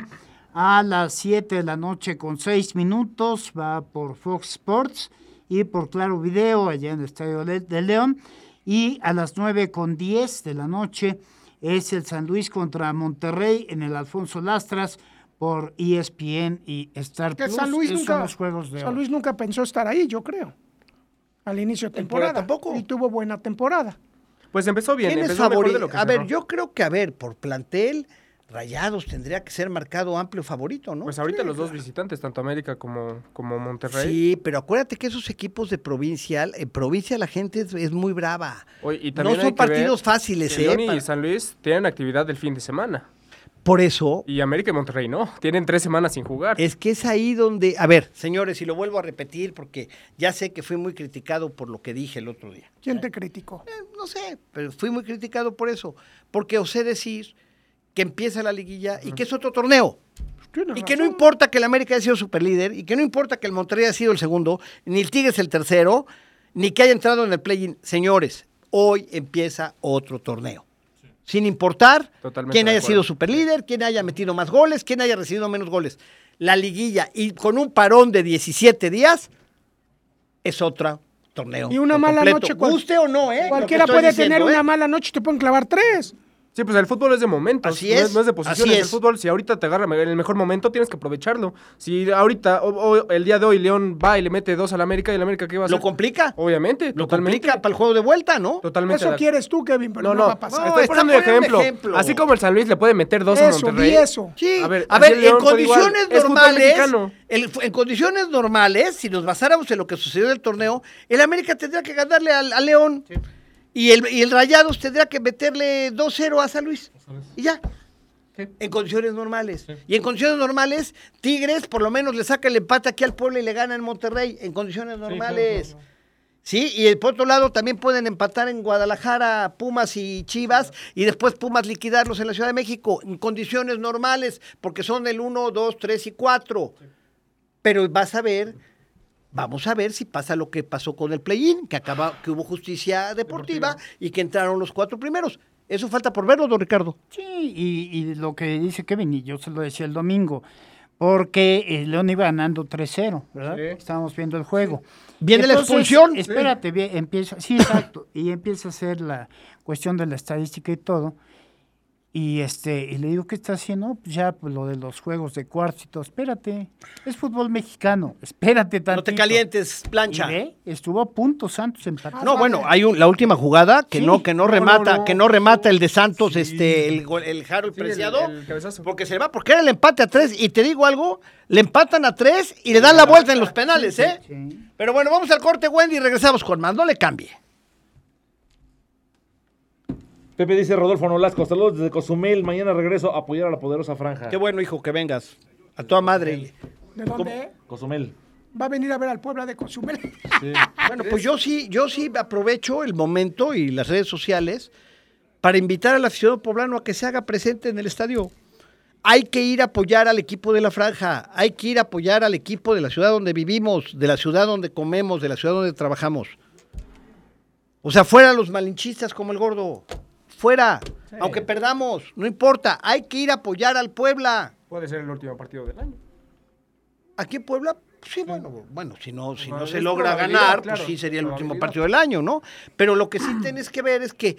E: a las 7 de la noche con 6 minutos. Va por Fox Sports y por Claro Video allá en el Estadio Le- de León. Y a las 9 con 10 de la noche es el San Luis contra Monterrey en el Alfonso Lastras por E ESPN y Star
D: Que
E: Plus.
D: San Luis,
E: Esos
D: nunca,
E: son los juegos de
D: San
E: hoy.
D: Luis nunca pensó estar ahí, yo creo. Al inicio de temporada.
B: tampoco.
D: Y tuvo buena temporada.
F: Pues empezó bien,
B: ¿Quién es
F: empezó mejor de
B: favorito?
F: lo que
B: A ver,
F: cerró.
B: yo creo que, a ver, por plantel, Rayados tendría que ser marcado amplio favorito, ¿no?
F: Pues ahorita los dos visitantes, tanto América como, como Monterrey.
B: Sí, pero acuérdate que esos equipos de provincial, en provincia la gente es, es muy brava.
F: Oye, y
B: No
F: también hay
B: son
F: que ver
B: partidos fáciles,
F: que
B: ¿eh?
F: León y
B: Pa-
F: San Luis tienen actividad del fin de semana.
B: Por eso
F: Y América y Monterrey no. Tienen tres semanas sin jugar.
B: es que es ahí donde, a ver, señores, y lo vuelvo a repetir porque ya sé que fui muy criticado por lo que dije el otro día.
D: ¿Quién te criticó?
B: Eh, no sé, pero fui muy criticado por eso, porque osé decir que empieza la liguilla y que es otro torneo.
D: Pues
B: Y que no
F: ¿eh?
B: importa que el América haya sido superlíder, y que no importa que el Monterrey haya sido el segundo, ni el Tigres el tercero, ni que haya entrado en el play-in. Señores, hoy empieza otro torneo. Sin importar
F: Totalmente
B: quién
F: de
B: haya
F: acuerdo.
B: sido superlíder, quién haya metido más goles, quién haya recibido menos goles. La liguilla, y con un parón de 17 días, es otro torneo.
D: Y una
B: por
D: mala noche, cual-
B: Guste o no, ¿eh?
D: Cualquiera
B: Lo que estoy
D: puede tener
B: diciendo,
D: una
B: ¿eh?
D: mala noche y te pueden clavar tres.
F: Sí, pues el fútbol es de momentos.
B: Así
F: no
B: es,
F: No es de posiciones.
B: así
F: El
B: es.
F: fútbol, si ahorita te agarra en el mejor momento, tienes que aprovecharlo. Si ahorita, o- o el día de hoy, León va y le mete dos al América, ¿y el América qué va a hacer?
B: Lo complica.
F: Obviamente,
B: Lo
F: totalmente.
B: complica para el juego de vuelta, ¿no?
F: Totalmente.
D: Eso
F: de-
D: quieres tú, Kevin, pero
F: No,
D: no,
F: no,
D: va a pasar.
F: estoy
B: está
F: poniendo un
B: poniendo
F: ejemplo.
B: un ejemplo.
F: Así como el San Luis le puede meter dos a
D: Eso,
F: Monterrey.
D: vi eso.
B: Sí,
F: A
B: a
F: ver,
B: ver,
F: así el
B: en
F: León fue
B: condiciones
F: igual, es fútbol
B: normales,
F: mexicano.
B: el- en condiciones normales, si nos basáramos en lo que sucedió en el torneo, el América tendría que ganarle al, al León y, el, y el Rayados tendría que meterle 2-0 a San Luis. Y ya. En condiciones normales. Y en condiciones normales, Tigres por lo menos le saca el empate aquí al pueblo y le gana en Monterrey. En condiciones normales. Sí, y eh, por otro lado también pueden empatar en Guadalajara Pumas y Chivas y después Pumas liquidarlos en la Ciudad de México en condiciones normales porque son el 1, 2, 3 y 4. Pero vas a ver, vamos a ver si pasa lo que pasó con el play-in, que acaba que hubo justicia Ah. deportiva, y que entraron los cuatro primeros. Eso falta por verlo, don Ricardo.
E: Sí, y, y lo que dice Kevin, y yo se lo decía el domingo, porque eh, León iba ganando 3-0, ¿verdad?
F: Sí.
E: Estábamos viendo el juego.
B: Viene la
E: Entonces,
B: expulsión.
E: Espérate, bien, empieza, sí, exacto, y empieza a hacer la cuestión de la estadística y todo. Y este, y le digo, ¿qué está haciendo? Pues ya pues, lo de los juegos de cuartos y todo. Espérate, es fútbol mexicano, espérate tantito.
B: No te calientes,
E: Y
B: plancha.
E: ve, estuvo a punto Santos empatar.
B: No, bueno, hay un- la última jugada que
E: Sí.
B: no que no,
F: Ah, No, no,
B: remata,
F: no.
B: que no remata el de Santos, este el gol- el Harold
F: Sí, el-
B: Preciado,
F: el cabezazo.
B: porque se va porque era el empate a tres y te digo algo, le empatan a tres y le dan la vuelta en los penales, ¿eh?
E: Sí.
B: Pero bueno, vamos al corte Wendy y regresamos con más, no le cambie.
C: Pepe dice Rodolfo Nolasco, saludos desde Cozumel, mañana regreso a apoyar a la poderosa franja.
B: Qué bueno, hijo, que vengas. A toda madre.
D: ¿De dónde?
C: Cozumel.
D: Va a venir a ver al Puebla de
B: [laughs]
D: Cozumel.
B: Bueno, pues yo sí, yo sí aprovecho el momento y las redes sociales para invitar al aficionado poblano a que se haga presente en el estadio. Hay que ir a apoyar al equipo de la franja, hay que ir a apoyar al equipo de la ciudad donde vivimos, de la ciudad donde comemos, de la ciudad donde trabajamos. O sea, fuera los malinchistas como el gordo. Fuera. Aunque perdamos, no importa. Hay que ir a apoyar al Puebla.
F: Puede ser el último partido del año.
B: Aquí en Puebla, sí, bueno, bueno, si no, si no
F: Bueno,
B: se
F: es
B: logra
F: probabilidad,
B: ganar,
F: claro,
B: pues sí sería el último
F: probabilidad.
B: partido del año, ¿no? Pero lo que sí
F: [clears throat]
B: tienes que ver es que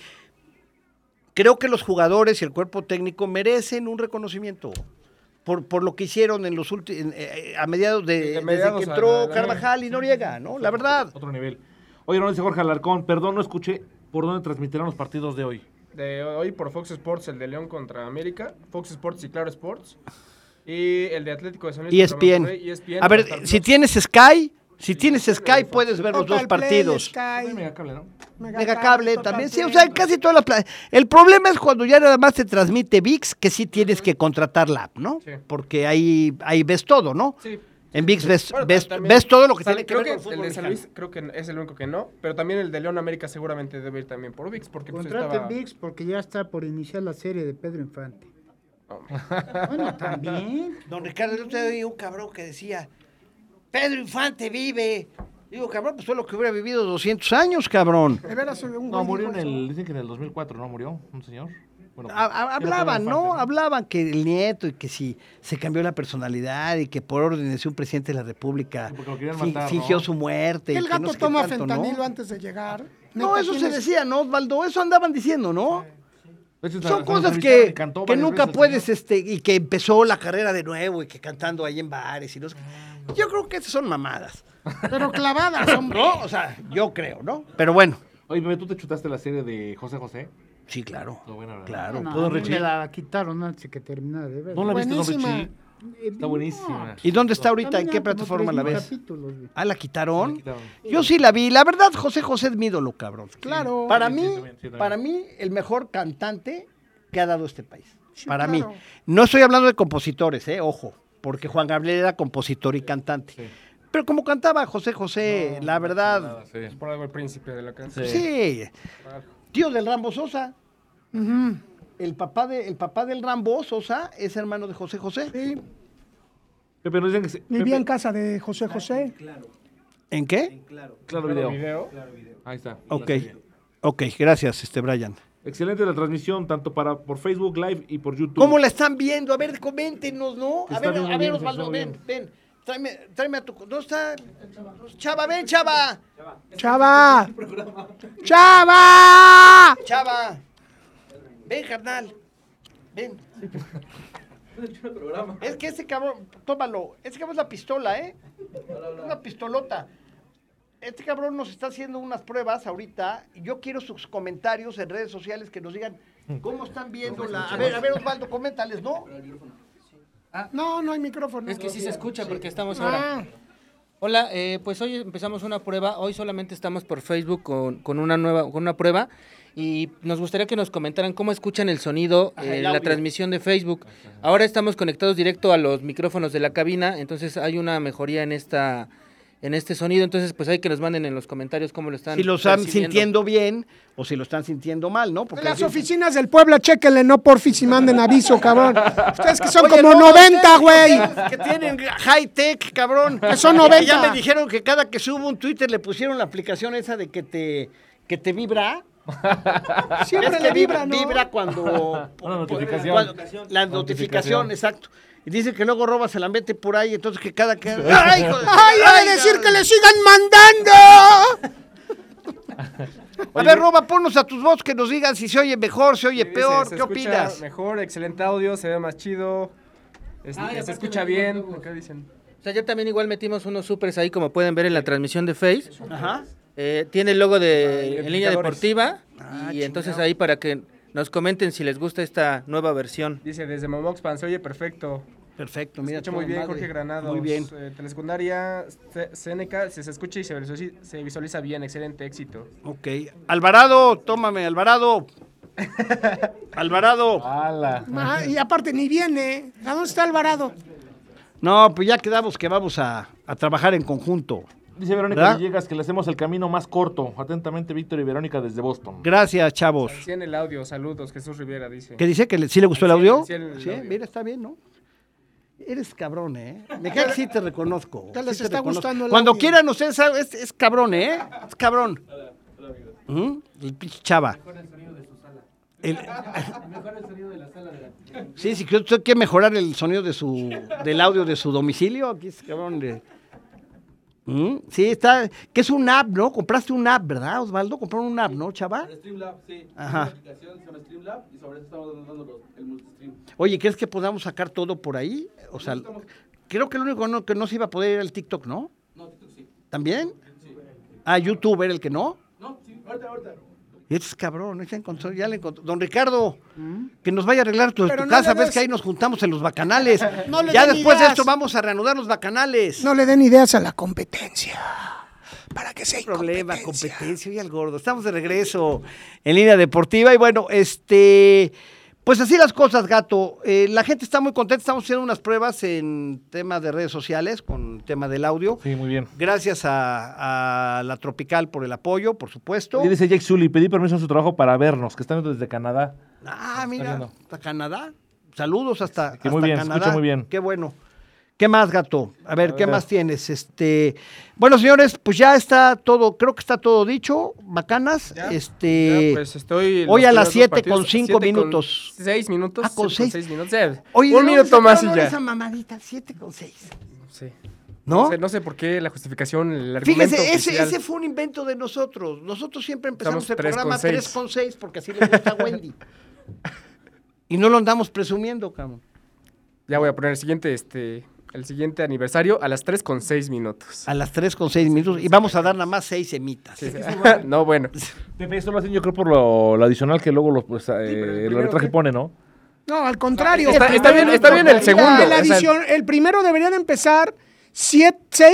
B: creo que los jugadores y el cuerpo técnico merecen un reconocimiento. Por, por lo que hicieron en los últimos a mediados de
F: Desde
B: desde
F: mediados
B: que
F: a-
B: entró
F: a-
B: Carvajal y Noriega, ¿no? La verdad.
C: [laughs] Otro nivel. Oye, no dice Jorge Alarcón, perdón, no escuché por dónde transmitirán los partidos de hoy.
F: De hoy por Fox Sports, el de León contra América, Fox Sports y Claro Sports. Y el de Atlético de San Luis. contra
B: ESPN.
F: Monterrey, ESPN
B: A
F: va a
B: ver,
F: estar
B: si
F: Fox.
B: tienes Sky, si tienes Sky puedes ver los dos
D: Total Play,
B: partidos.
D: Sky,
C: Mega cable, ¿no?
B: Megacable
D: Total
B: también, sí, o
D: Play.
B: sea, casi todas las... pla- El problema es cuando ya nada más te transmite VIX, que sí tienes que contratar la app, ¿no?
F: Sí.
B: Porque ahí, ahí ves todo, ¿no?
F: Sí.
B: En VIX ves,
F: Bueno,
B: ves,
F: también-
B: ves todo lo que
F: San-
B: tiene que
F: creo
B: ver con el fútbol
F: el de San
B: mexicano.
F: Luis creo que es el único que no, pero también el de León América seguramente debe ir también por VIX porque pues,
E: Contraten
F: estaba-
E: VIX porque ya está por iniciar la serie de Pedro Infante. Bueno, también.
B: Don Ricardo, yo te un cabrón que decía, Pedro Infante vive. Digo, cabrón, pues fue lo que hubiera vivido 200 años, cabrón.
D: De veras, un güey
B: Pues
C: No, murió en
D: dijo
C: el, dicen que en el 2004, ¿no? Murió un señor. Bueno,
B: Ha- ha-
C: era
B: Ah, Hablaban,
C: Pedro
B: ¿no?
C: Infante,
B: Hablaban que el nieto y que si se cambió la personalidad y que por órdenes de un presidente de la República
C: Sí, porque lo querían
B: fi-
C: matar,
B: fingió
C: ¿no?
B: su muerte. y
D: El
B: que no
D: gato
B: sé qué
D: toma
B: tanto, ¿no?
D: fentanilo antes de llegar.
B: No,
D: Neta,
B: eso se
D: tienes-
B: decía, ¿no, Osvaldo? Eso andaban diciendo, ¿no?
C: De hecho,
B: Son
C: nos
B: cosas
C: entrevistaron
B: que,
C: y cantó
B: que
C: varias
B: nunca
C: veces el
B: puedes,
C: señor.
B: este, y que empezó la carrera de nuevo y que cantando ahí en bares y no sé
C: Ah,
B: qué. Yo creo que esas son mamadas, [laughs]
D: Pero clavadas, hombre.
B: ¿no? O sea, yo creo, ¿no? Pero bueno,
C: Oye, bebé, ¿tú te chutaste la serie de José José?
B: sí, claro.
C: Lo bueno, ¿verdad?
B: Claro.
E: No,
C: ¿Todo
E: a mí
C: Richie?
E: me la quitaron antes que terminara de ver. Eh,
C: ¿No la viste, don
D: Buenísima.
C: Richie? Está buenísima.
B: ¿Y dónde está
E: También
B: ahorita? ¿En
E: eran
B: qué
E: como
B: plataforma la
E: 3.000
B: ves?
E: capítulos, güey.
B: Ah, ¿la
C: La
B: quitaron?
C: quitaron.
B: Yo sí la vi. La verdad, José José es mi ídolo, cabrón.
D: Claro.
B: Para
C: Sí,
B: mí,
C: sí, también, sí, también.
B: para mí, el mejor cantante que ha dado este país.
D: Sí,
B: para
D: claro.
B: mí. No estoy hablando de compositores, eh, ojo, porque Juan Gabriel era compositor y cantante. Pero como cantaba José José, la verdad,
F: Es por algo el príncipe de la canción.
B: sí. Tío del Rambo Sosa. El papá, de, el papá del Rambo Sosa es hermano de José José.
D: Sí.
C: Pepe, nos dicen que... se-
D: Vivía en
C: Pepe,
D: casa de José José.
B: ¿En qué?
C: claro,
F: Claro,
C: video.
F: video.
C: Ahí está. la
B: Ok.
C: serie.
B: Ok, gracias, este Brian.
C: Excelente la transmisión, tanto para por Facebook Live y por YouTube.
B: ¿Cómo la están viendo? A ver, coméntenos, ¿no?
C: Que
B: A
C: está
B: ver,
C: bien
B: a ver,
C: bonito,
B: Osvaldo,
C: está
B: ven,
C: bien.
B: ven. Tráeme, tráeme a tu... ¿Dónde está? Chava, ven, Chava.
D: Chava. Chava.
B: Chava. Ven, carnal. Ven. Es que ese cabrón, tómalo. Ese cabrón es la pistola, ¿eh? Es una pistolota. Este cabrón nos está haciendo unas pruebas ahorita. y Yo quiero sus comentarios en redes sociales que nos digan cómo están viendo la. A ver, a ver, Osvaldo, coméntales, ¿no?
D: No, no hay micrófono.
H: Es que sí se escucha porque estamos ahora.
D: Ah,
H: Hola, eh, pues hoy empezamos una prueba. Hoy solamente estamos por Facebook con, con una nueva con una prueba y nos gustaría que nos comentaran cómo escuchan el sonido
B: Ajá,
H: eh,
B: el
H: la
B: audio.
H: transmisión de Facebook. Ahora estamos conectados directo a los micrófonos de la cabina, entonces hay una mejoría en esta en este sonido. Entonces, pues hay que nos manden en los comentarios cómo lo están.
B: si lo están
H: percibiendo.
B: sintiendo bien o si lo están sintiendo mal, ¿no?
D: de
B: Porque
D: las
B: así-
D: oficinas del Puebla, chéquenle, no porfis si manden aviso,
B: [laughs]
D: cabrón. Ustedes que son
B: Oye,
D: como
B: no,
D: 90,
B: ustedes-
D: güey.
B: ustedes Que tienen high tech, cabrón.
D: Que son
B: Y
D: 90.
B: Ya me dijeron que cada que subo un Twitter le pusieron la aplicación esa de que te, que te vibra.
D: Siempre
B: Es
D: le
B: que vibra,
D: vibra, ¿no?
B: vibra [laughs] cuando,
C: Una notificación.
B: cuando- la notificación, exacto. Y dice que luego roba se la mete por ahí, entonces que cada que [laughs] ¡Ay, hijo de-
D: ¡Ay, ha
B: ay,
D: de decir
B: ay!
D: que le sigan mandando!
B: [laughs] A ver, roba, ponnos a tus voz que nos digan si se oye mejor, se oye
F: Sí, dice,
B: peor,
F: se
B: ¿qué
F: escucha
B: opinas?
F: Mejor, excelente audio, se ve más chido. es- se escucha bien. Acá dicen.
H: O sea, ya también igual metimos unos supers ahí como pueden ver en la transmisión de Face.
B: Ajá.
H: Eh, tiene el logo de en línea
F: identificadores.
H: deportiva y entonces ahí para que nos comenten si les gusta esta nueva versión.
F: Dice desde Momoxpan, se oye perfecto.
B: Perfecto,
F: Se
B: mira,
F: escucha muy
B: toda
F: bien,
B: madre.
F: Jorge Granados.
B: Muy bien.
F: Eh, telesecundaria, C- Seneca, si se escucha y se visualiza, se visualiza bien, excelente éxito.
B: Ok. Alvarado, tómame, Alvarado. Alvarado.
C: ¡Hala!
D: Ma, y aparte, ni viene. ¿A dónde está Alvarado?
B: No, pues ya quedamos que vamos a, a trabajar en conjunto.
C: Dice Verónica
B: ¿Verdad?
C: Villegas que le hacemos el camino más corto. Atentamente, Víctor y Verónica desde Boston.
B: Gracias, chavos.
F: Sí, en el audio, saludos, Jesús Rivera dice.
B: ¿Qué dice? ¿Que le- sí le gustó el
F: Sí,
B: audio?
F: sí, el
B: Sí,
F: audio.
B: mira, está bien, ¿no? Eres cabrón, ¿eh? Me cae que sí te
I: [laughs]
B: reconozco.
I: Ya les
B: sí te
I: está
B: reconozco.
I: gustando el
B: Cuando
I: audio.
B: quieran ustedes, saben, es, es cabrón, ¿eh? Es cabrón. ¿Mm? El pinche chava.
F: [laughs]
B: El Sí, si usted quiere mejorar el sonido de su, del audio de su domicilio, aquí es cabrón de... ¿Mm? Sí, está, que es un app, ¿no? Compraste un app, ¿verdad, Osvaldo? Compraron un app, ¿no, chava?
J: Streamlab, sí.
B: Ajá.
J: Una aplicación se llama Streamlab y sobre eso estamos dando los- el multistream.
B: Oye, ¿crees que podamos sacar todo por ahí? O sea, creo que lo único no- que no se iba a poder era el TikTok, ¿no?
J: No, TikTok sí.
B: ¿También? Ah, YouTube era el que no.
J: No, sí, ahorita, ahorita.
B: Y este es cabrón, ya, encontró, ya le encontró. Don Ricardo, que nos vaya a arreglar tu,
D: Mm. Pero
B: tu
D: no
B: casa,
D: le
B: ves
D: des-
B: que ahí nos juntamos en los
D: [laughs]
B: bacanales.
I: No le
B: ya
I: den
B: después de
I: ideas.
B: esto vamos a reanudar los bacanales.
D: No le den ideas a la competencia. Para que sea
B: problema,
D: incompetencia.
B: competencia y al gordo. Estamos de regreso en línea deportiva y bueno, este, pues así las cosas, gato. Eh, la gente está muy contenta, estamos haciendo unas pruebas en tema de redes sociales con el tema del audio.
C: Sí, muy bien.
B: Gracias a, a la Tropical por el apoyo, por supuesto.
C: Y dice Jake Sully, pedí permiso en su trabajo para vernos, que están viendo desde Canadá.
B: Ah,
C: viendo.
B: mira, hasta Canadá. Saludos hasta,
C: Que
B: hasta
C: muy bien, se
B: Canadá.
C: escucha muy bien.
B: Qué bueno. ¿Qué más, gato? A ver, ¿qué
C: ver.
B: más tienes? Este, bueno, señores, pues ya está todo, creo que está todo dicho, bacanas.
F: Ya,
B: Este,
F: Ya, pues estoy.
B: hoy
F: los
B: a las
F: primeros
B: siete
F: partidos,
B: con cinco
F: siete con
B: minutos.
F: seis minutos.
B: Ah, con
F: siete
B: seis.
F: minutos. ya.
B: Oye, ¿de
F: un
B: dónde
F: minuto más y
B: sacaron
F: ya.
B: Esa mamadita, 7 con 6.
F: Sí.
B: ¿No?
F: sé, no sé por qué la justificación, el argumento
B: Fíjese, ese,
F: oficial.
B: ese fue un invento de nosotros. Nosotros siempre empezamos
F: Estamos
B: el
F: tres con
B: programa
F: seis.
B: 3 con 6 porque así le gusta a Wendy. y no lo andamos presumiendo, cabrón.
F: Ya voy a poner el siguiente, este, el siguiente aniversario a las tres con seis minutos.
B: A las 3 con 6 minutos y vamos a dar nada más 6 semitas.
F: Ah, Sí, [laughs] sí. no, bueno.
C: Esto lo hacen yo creo por lo, lo adicional que luego los, pues, eh, el arbitraje pone, ¿no?
D: No, al contrario.
F: Está, está bien, está bien el segundo.
D: El,
F: o sea,
D: adición- el primero deberían empezar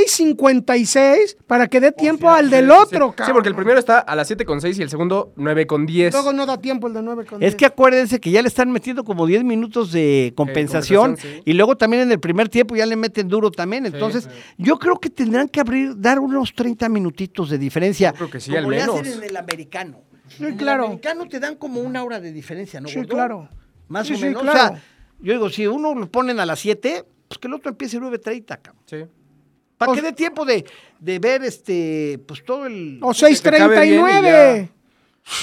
D: 6.56 para que dé tiempo al del otro,
F: Sí, porque el primero está a las 7 con 6 y el segundo 9 con 10.
D: Luego no da tiempo el de 9 con
B: Es que acuérdense que ya le están metiendo como 10 minutos de compensación,
F: compensación, sí.
B: y luego también en el primer tiempo ya le meten duro también. Entonces, yo creo que tendrán que abrir, dar unos 30 minutitos de diferencia.
F: Yo creo que sí,
B: como
F: al
B: le
F: menos.
B: hacen en el americano. En el
D: claro.
B: americano te dan como una hora de diferencia, ¿no?
D: Sí,
B: gordo?
D: claro.
B: Más
D: Sí,
B: o
D: sí,
B: menos. O
D: claro.
B: sea, yo digo, si uno lo ponen a las 7, pues que el otro empiece 9.30, cabrón.
F: Sí.
B: Para que dé tiempo de, de ver este, pues todo el.
D: O
F: Que acabe bien y
D: 6.39.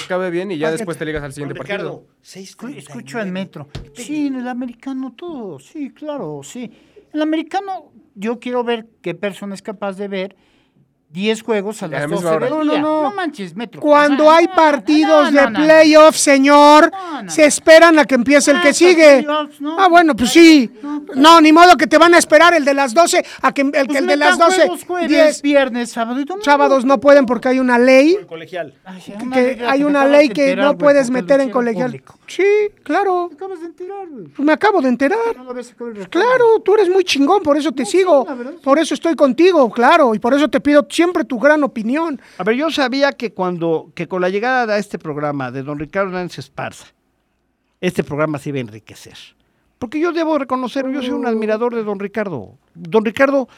F: Acabe bien y ya
D: Oye,
F: después te ligas al siguiente partido.
B: Ricardo, 6
E: Escu- Escucho en metro. Sí, en el americano todo. Sí, claro, sí. En el americano yo quiero ver qué persona es capaz de ver 10 juegos a
F: la
E: las
F: misma
E: 12
F: hora.
E: del
F: No,
E: día.
D: no, no.
E: manches, metro.
D: Cuando
E: No,
D: hay
E: no, no,
D: partidos
E: no,
D: de
E: no, no.
D: playoff, señor,
E: No, no,
D: se
E: no.
D: esperan a que empiece el
E: Ah,
D: que
E: estos
D: sigue.
E: playoffs, no.
D: Ah, bueno, pues sí.
E: No.
D: No, ni modo que te van a esperar el de las 12, a que el, que
E: Pues
D: el de
E: metan
D: las 12,
E: juegos jueves,
D: 10
E: viernes, sábado y domingo.
D: sábados no pueden porque hay una ley.
E: Ay, sí,
D: que
E: una regla
D: hay
E: te
D: una
E: acabas
D: ley
E: de
D: que
E: enterar,
D: no
E: güey,
D: puedes
E: porque lo
D: meter en
E: hicieron
D: colegial.
E: público.
D: Sí, claro.
E: Te acabas de enterar, güey.
D: Pues me acabo de enterar.
E: No lo ves acá en el
D: Claro, tú eres muy chingón, por eso te
E: sí,
D: sigo.
E: la verdad, sí.
D: Por eso estoy contigo, claro. Y por eso te pido siempre tu gran opinión.
B: A ver, yo sabía que cuando, que con la llegada a este programa de don Ricardo Hernández Esparza, este programa se iba a enriquecer. Porque yo debo reconocer, yo soy
D: Mm.
B: un admirador de don Ricardo. Don Ricardo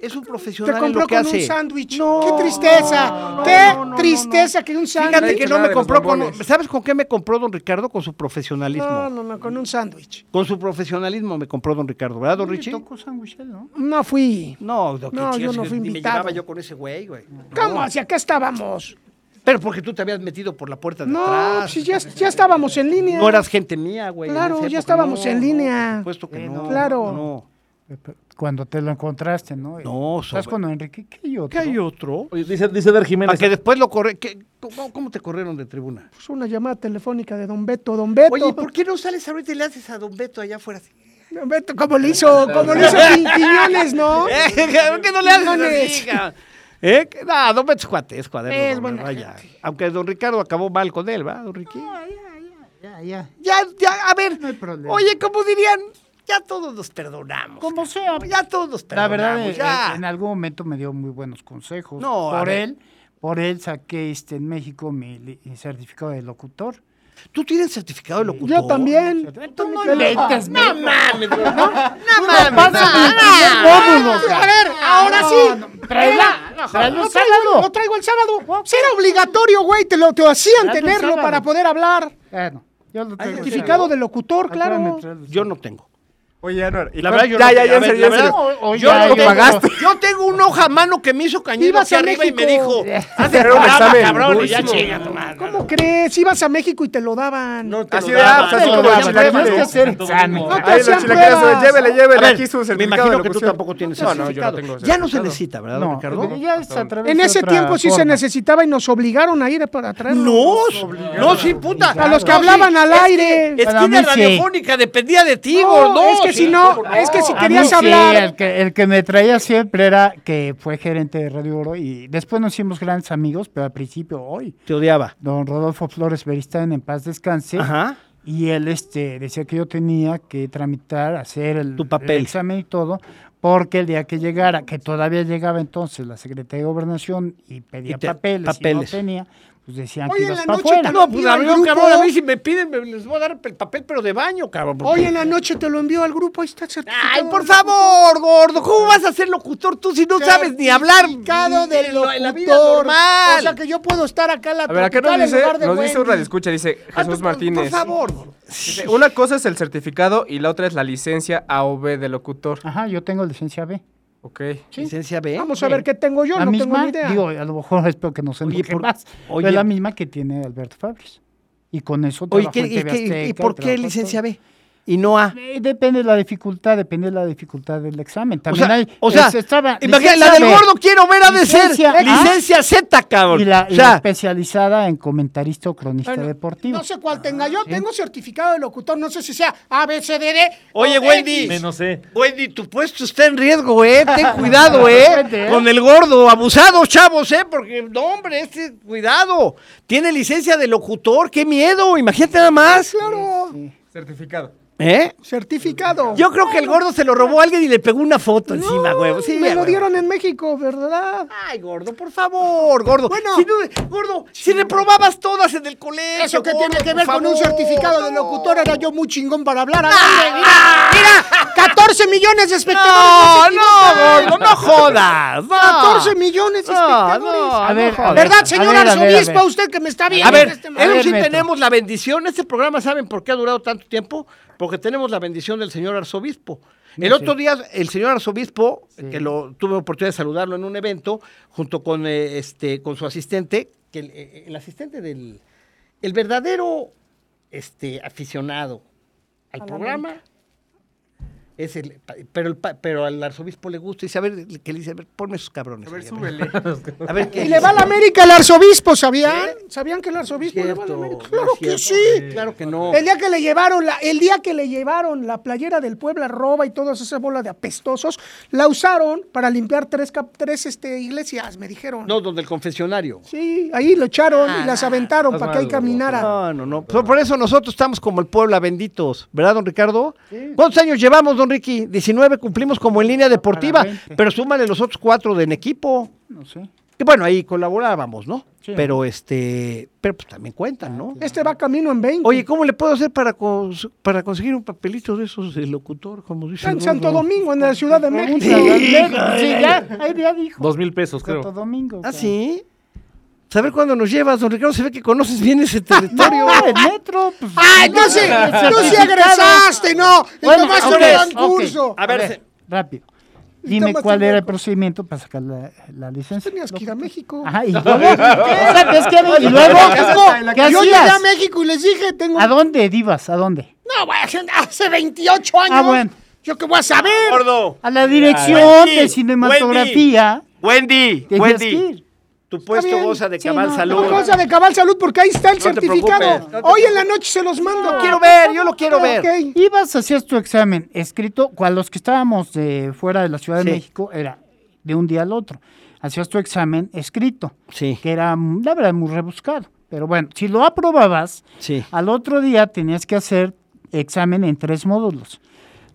B: es un profesional
D: te
B: en lo
D: compró
B: que
D: con
B: hace.
D: un sándwich.
B: No,
D: ¡Qué tristeza!
B: no,
D: ¡Qué
B: no, no,
D: tristeza que un
B: Fíjate
F: Nadie
D: sándwich!
B: que
F: hizo
B: no
F: nada
B: me
F: de los
B: compró con...
F: bombones.
B: ¿Sabes con qué me compró don Ricardo? Con su profesionalismo.
D: No, no, no, con un sándwich.
B: Con su profesionalismo me compró don Ricardo, ¿verdad, don
E: Le
B: Richie?
E: tocó sándwich, ¿no?
D: No fui.
B: No, don
D: No, yo no fui
B: ni me
D: invitado.
B: llevaba yo con ese güey, güey.
D: ¿Cómo? ¿Hacia acá estábamos?
B: Pero porque tú te habías metido por la puerta de
D: No,
B: atrás.
D: si ya, ya estábamos en línea.
B: No eras gente mía, güey. en
D: Claro,
B: esa
D: ya
B: época.
D: estábamos
B: No,
D: en
B: no,
D: línea.
B: Por supuesto que
E: Eh,
B: no.
E: no.
D: Claro.
B: No.
E: Cuando te lo encontraste, ¿no?
B: No,
E: Estás
B: sobre-
E: con Enrique, ¿qué hay otro?
B: ¿Qué hay otro?
C: Oye, dice, dice Der
B: Para
C: Jiménez.
B: que después lo corre. ¿qué- cómo, cómo te corrieron de tribuna?
D: Pues una llamada telefónica de Don Beto. Don Beto.
B: Oye, ¿y ¿por qué no sales ahorita y le haces a Don Beto allá afuera así?
D: Don Beto, como le
E: [laughs]
D: hizo, como le hizo Quin- Quiñones, ¿no?
B: [laughs] Eh, ¿Por qué no le
D: Quiñones.
B: haces así? ¿Eh? Que- No, Don Beto es cuate, es cuaderno.
D: Es
B: don
D: buena
B: Raya. Aunque Don Ricardo acabó mal con él, ¿va, Don Ricky?
E: Ya, ya.
B: Ya, ya, a ver.
E: No hay problema.
B: Oye, como dirían, ya todos nos perdonamos.
E: Como sea.
B: Ya todos nos
E: La
B: perdonamos.
E: verdad, eh,
B: ya.
E: eh, en algún momento me dio muy buenos consejos.
B: No, a
E: por
B: ver.
E: él, por él saqué este en México mi li- mi certificado de locutor.
B: ¿Tú tienes certificado de locutor?
D: Yo también.
B: Tú no
E: Inventes,
B: No mames, güey, ¿no? No
E: No,
B: mames.
E: pasa
B: no,
E: el primer
B: no.
E: módulo,
D: A ver, ahora
E: ah, No,
D: sí.
E: no, tráela,
D: Era-
E: tráela el
D: lo traigo,
E: sábado.
D: Lo traigo el sábado. Sí, Era obligatorio, güey. Te lo te hacían
E: Tráelo el
D: tenerlo
E: sábado.
D: para poder hablar.
E: Bueno, yo lo traigo.
D: Certificado de locutor, claro.
B: Yo no tengo.
F: Oye, Anuar. ¿y
B: La
F: cuál-
B: verdad, yo
F: ya,
B: no-
F: ya,
B: a
F: ya, en
B: ver,
F: serio,
B: la
F: en serio.
B: verdad-
E: O- o
B: Yo,
E: ya,
B: no
F: lo
B: tengo-
F: pagaste.
B: [laughs] yo tengo un hoja mano que me hizo cañero
D: Ibas
B: hacia
D: a
B: arriba y me
D: México.
B: dijo, hace
F: Era un
B: programa,
F: examen
B: cabrón, y ya
F: durísimo.
B: chinga tu madre.
D: ¿Cómo crees? Ibas a México y te lo daban.
B: No te
F: Así
B: lo
F: de,
B: daban,
F: ah, pues, así
B: no,
F: como pues,
B: no,
F: la
B: no,
F: chaqueta,
B: no,
F: ¿no?
E: Tienes que hacer examen.
D: No te
F: Ahí los
D: hacían
F: chilaquiles,
D: pruebas.
F: llévele, llévele
B: A ver,
F: aquí su certificado
B: me imagino que
F: de
B: tú
F: locución.
B: tampoco tienes
F: No, no, yo no
B: certificado. ya no pues,
F: tengo
B: se
F: certificado.
B: necesita, ¿verdad,
E: No,
B: Ricardo?
E: ya es a través
D: En
E: de
D: ese
E: otra
D: tiempo sí se
E: forma.
D: necesitaba y nos obligaron a ir para traerlo.
B: No, no, sí, puta.
D: A los que
B: No,
D: hablaban
B: sí,
D: al
B: es que-
D: aire.
E: Para mí
B: Esquina
E: sí.
B: radiofónica, dependía de ti,
D: No,
B: gordo.
D: es que si no, es que si
E: A mí
D: querías
E: sí, eh. el,
D: hablar.
E: que, el que me traía siempre era que fue gerente de Radio Oro y después nos hicimos grandes amigos, pero al principio hoy,
B: Te odiaba.
E: don Rodolfo Flores Beristain en paz descanse,
B: Ajá.
E: y él este, decía que yo tenía que tramitar, hacer el,
B: Tu papel.
E: el examen y todo, porque el día que llegara, que todavía llegaba entonces la Secretaría de Gobernación y pedía
B: Y te-
E: papeles,
B: papeles.
E: y no tenía, pues decían
D: Oye,
E: que ibas
D: en la
E: para
D: noche
E: afuera.
D: también-
B: No, pues
D: Iba
B: a
D: el
B: mí,
D: grupo.
B: cabrón, a mí si me piden, me- les voy a dar el papel, pero de baño, cabrón. porque-
D: Hoy en la noche te lo envió al grupo, ahí está el certificado.
B: Ay, por favor, gordo, ¿cómo vas a ser locutor tú si no sabes ni hablar?
D: Certificado de
B: En lo- en la vida
D: locutor.
B: normal.
D: O sea que yo puedo estar acá en la
F: A ver, acá
D: tropical
F: nos
D: en
F: dice,
D: lugar de
F: nos dice un
D: Wendy.
F: radioescucha, dice
B: Ah, tú,
F: Jesús
B: por- Por
F: Martínez.
B: favor, gordo.
F: Dice, Eh, Una cosa es el certificado y la otra es la licencia AOB de locutor.
E: Ajá, yo tengo licencia B.
F: Ok.
B: Licencia B.
D: Vamos a ver qué tengo yo,
E: la
D: no
E: misma,
D: tengo ni idea.
E: digo, a lo mejor espero que no se
B: Oye,
E: enoje
B: por-
E: más, pero
B: oye-
E: es la misma que tiene Alberto Fabres. Y con eso
B: Oye,
E: trabajo
B: ¿qué-
E: en
B: y,
E: TV
B: qué- y-
E: Azteca,
B: y por
E: trabajo
B: qué
E: en
B: licencia
E: todo.
B: B? Y no A.
E: Eh, Depende de la dificultad, depende de la dificultad del examen. También
B: o sea,
E: hay,
B: o sea,
D: este,
E: es- estaba
B: imagínate,
E: licencia
B: la del
E: B
B: gordo quiero ver a de ser
E: Licencia A.
B: licencia Z, cabrón.
E: Y la, y
B: o
E: la
B: sea,
E: especializada en comentarista o cronista
D: Bueno,
E: deportivo.
D: No sé cuál tenga yo, tengo certificado de locutor, no sé si sea A, B, C, D, D.
B: Oye,
D: o
B: Wendy.
D: X.
C: Menos eh, sé.
B: Wendy, tu puesto está en riesgo, ¿eh?
D: [laughs]
B: Ten cuidado, ¿eh? Con el gordo, abusado, chavos, ¿eh? Porque, no, hombre, este, cuidado. Tiene licencia de locutor, qué miedo, imagínate nada más.
D: Claro,
F: Certificado.
B: ¿Eh?
D: certificado.
B: Yo creo que el gordo se lo robó a alguien y le pegó una foto
D: No,
B: encima, huevo. Sí,
D: me
B: a
D: lo
B: huevo.
D: dieron en México, ¿verdad?
B: Ay, gordo, por favor, gordo.
D: Bueno.
B: Si no- gordo, si reprobabas todas en el colegio.
D: Eso que
B: gordo,
D: tiene que
B: por
D: ver con un
B: favor, Ah,
D: certificado de
B: no.
D: locutor, era yo muy chingón para hablar. al aire, mira,
B: ah.
D: mira, 14 millones de
B: No,
D: espectadores.
B: no, gordo, no jodas. no.
D: 14 millones de
B: No,
D: espectadores.
B: no,
E: A ver,
B: no jodas.
E: a ver,
D: ¿Verdad, señor
E: a ver, a ver,
D: arzobispo?
E: a ver.
D: Usted que me está viendo.
B: A ver,
D: en este
B: eso
D: momento.
B: sí
E: Beto.
B: tenemos la bendición. Este programa, ¿saben por qué ha durado tanto tiempo? Porque tenemos la bendición del señor arzobispo. El otro día, el señor arzobispo, que lo tuve oportunidad de saludarlo en un evento, junto con, eh, este, con su asistente, que el, eh, el asistente del. El verdadero este, aficionado al programa. Es el, pa- pero, el, pa- pero al arzobispo le gusta y dice, a ver, que le dice, a ver, ponme esos cabrones.
F: A ver,
B: ahí, a
F: súbele.
B: [laughs] A ver, ¿qué
D: Y le va a la
B: dice?
D: América el arzobispo, ¿sabían? ¿Sabían que el arzobispo le va a la
B: Cierto,
D: América?
B: no
D: Claro
B: es
D: que sí.
B: cierto. Claro que no.
D: El día que le llevaron la, el día que le llevaron la playera del Puebla roba y todas esas bolas de apestosos, la usaron para limpiar tres, cap- tres este, iglesias, me dijeron.
B: No, donde el confesionario.
D: Sí, ahí lo echaron y
E: Ah,
D: las aventaron para que ahí caminara.
B: No, no, no. Por, por eso nosotros estamos como el Puebla benditos, ¿verdad, don Ricardo? ¿Cuántos años llevamos, don Ricky? 19 cumplimos como en línea deportiva,
E: Para 20.
B: pero súmale los otros cuatro de en equipo.
E: No sé.
B: Que bueno, ahí colaborábamos, ¿no?
E: Sí.
B: Pero este, pero pues también cuentan, ¿no?
D: Este va camino en 20.
B: Oye, ¿cómo le puedo hacer para, cons- para conseguir un papelito de esos de locutor, como dice
D: Está en
B: el
D: Santo
B: gordo?
D: Domingo, en la Ciudad de México.
E: Sí, ya, ahí
B: [laughs]
E: ya dijo.
C: Dos mil pesos,
E: Santo
C: creo.
E: Domingo.
B: ¿Ah,
E: cabrón.
B: sí? Saber cuándo nos llevas, don Ricardo, se ve que conoces bien ese territorio. [laughs]
E: No, el metro. pues,
D: ¡Ay, tú
E: [laughs]
D: sí!
E: el
D: ¡Tú sí
E: certificado.
D: egresaste, no! Y
E: Bueno,
D: tomaste
E: ok,
D: un gran
E: ok.
D: curso.
B: A ver, se-
E: Rápido. Dime
D: tomaste
E: cuál
D: un
E: era
D: hueco.
E: el procedimiento para sacar la, la licencia.
D: Tenías que ir a México. [laughs]
E: Ajá, y luego, o sea, ¿qué es que- y luego, ¿qué
D: Yo llegué a
E: hacías?
D: México y les dije, tengo...
E: ¿A dónde divas? ¿A dónde?
D: No, güey, hace 28 años.
E: Ah, bueno.
D: Yo qué voy a saber.
B: gordo.
E: A la dirección
B: Wendy,
E: de cinematografía.
B: Wendy,
E: Tenías que
B: Wendy.
E: ir.
B: Tu puesto
D: bien.
B: goza de
E: Sí,
B: cabal
E: no,
B: salud.
D: No, cosa de cabal salud porque ahí está el
B: No te
D: certificado.
B: preocupes, no te
D: Hoy en la noche se los mando.
B: Lo quiero ver, yo lo quiero ver.
D: Ok.
E: Ibas, hacías tu examen escrito, cual los que estábamos de fuera de la Ciudad
B: Sí.
E: de México, era de un día al otro. Hacías tu examen escrito,
B: Sí,
E: que era, mm, la verdad, muy rebuscado. Pero bueno, si lo aprobabas,
B: sí.
E: al otro día tenías que hacer examen en tres módulos.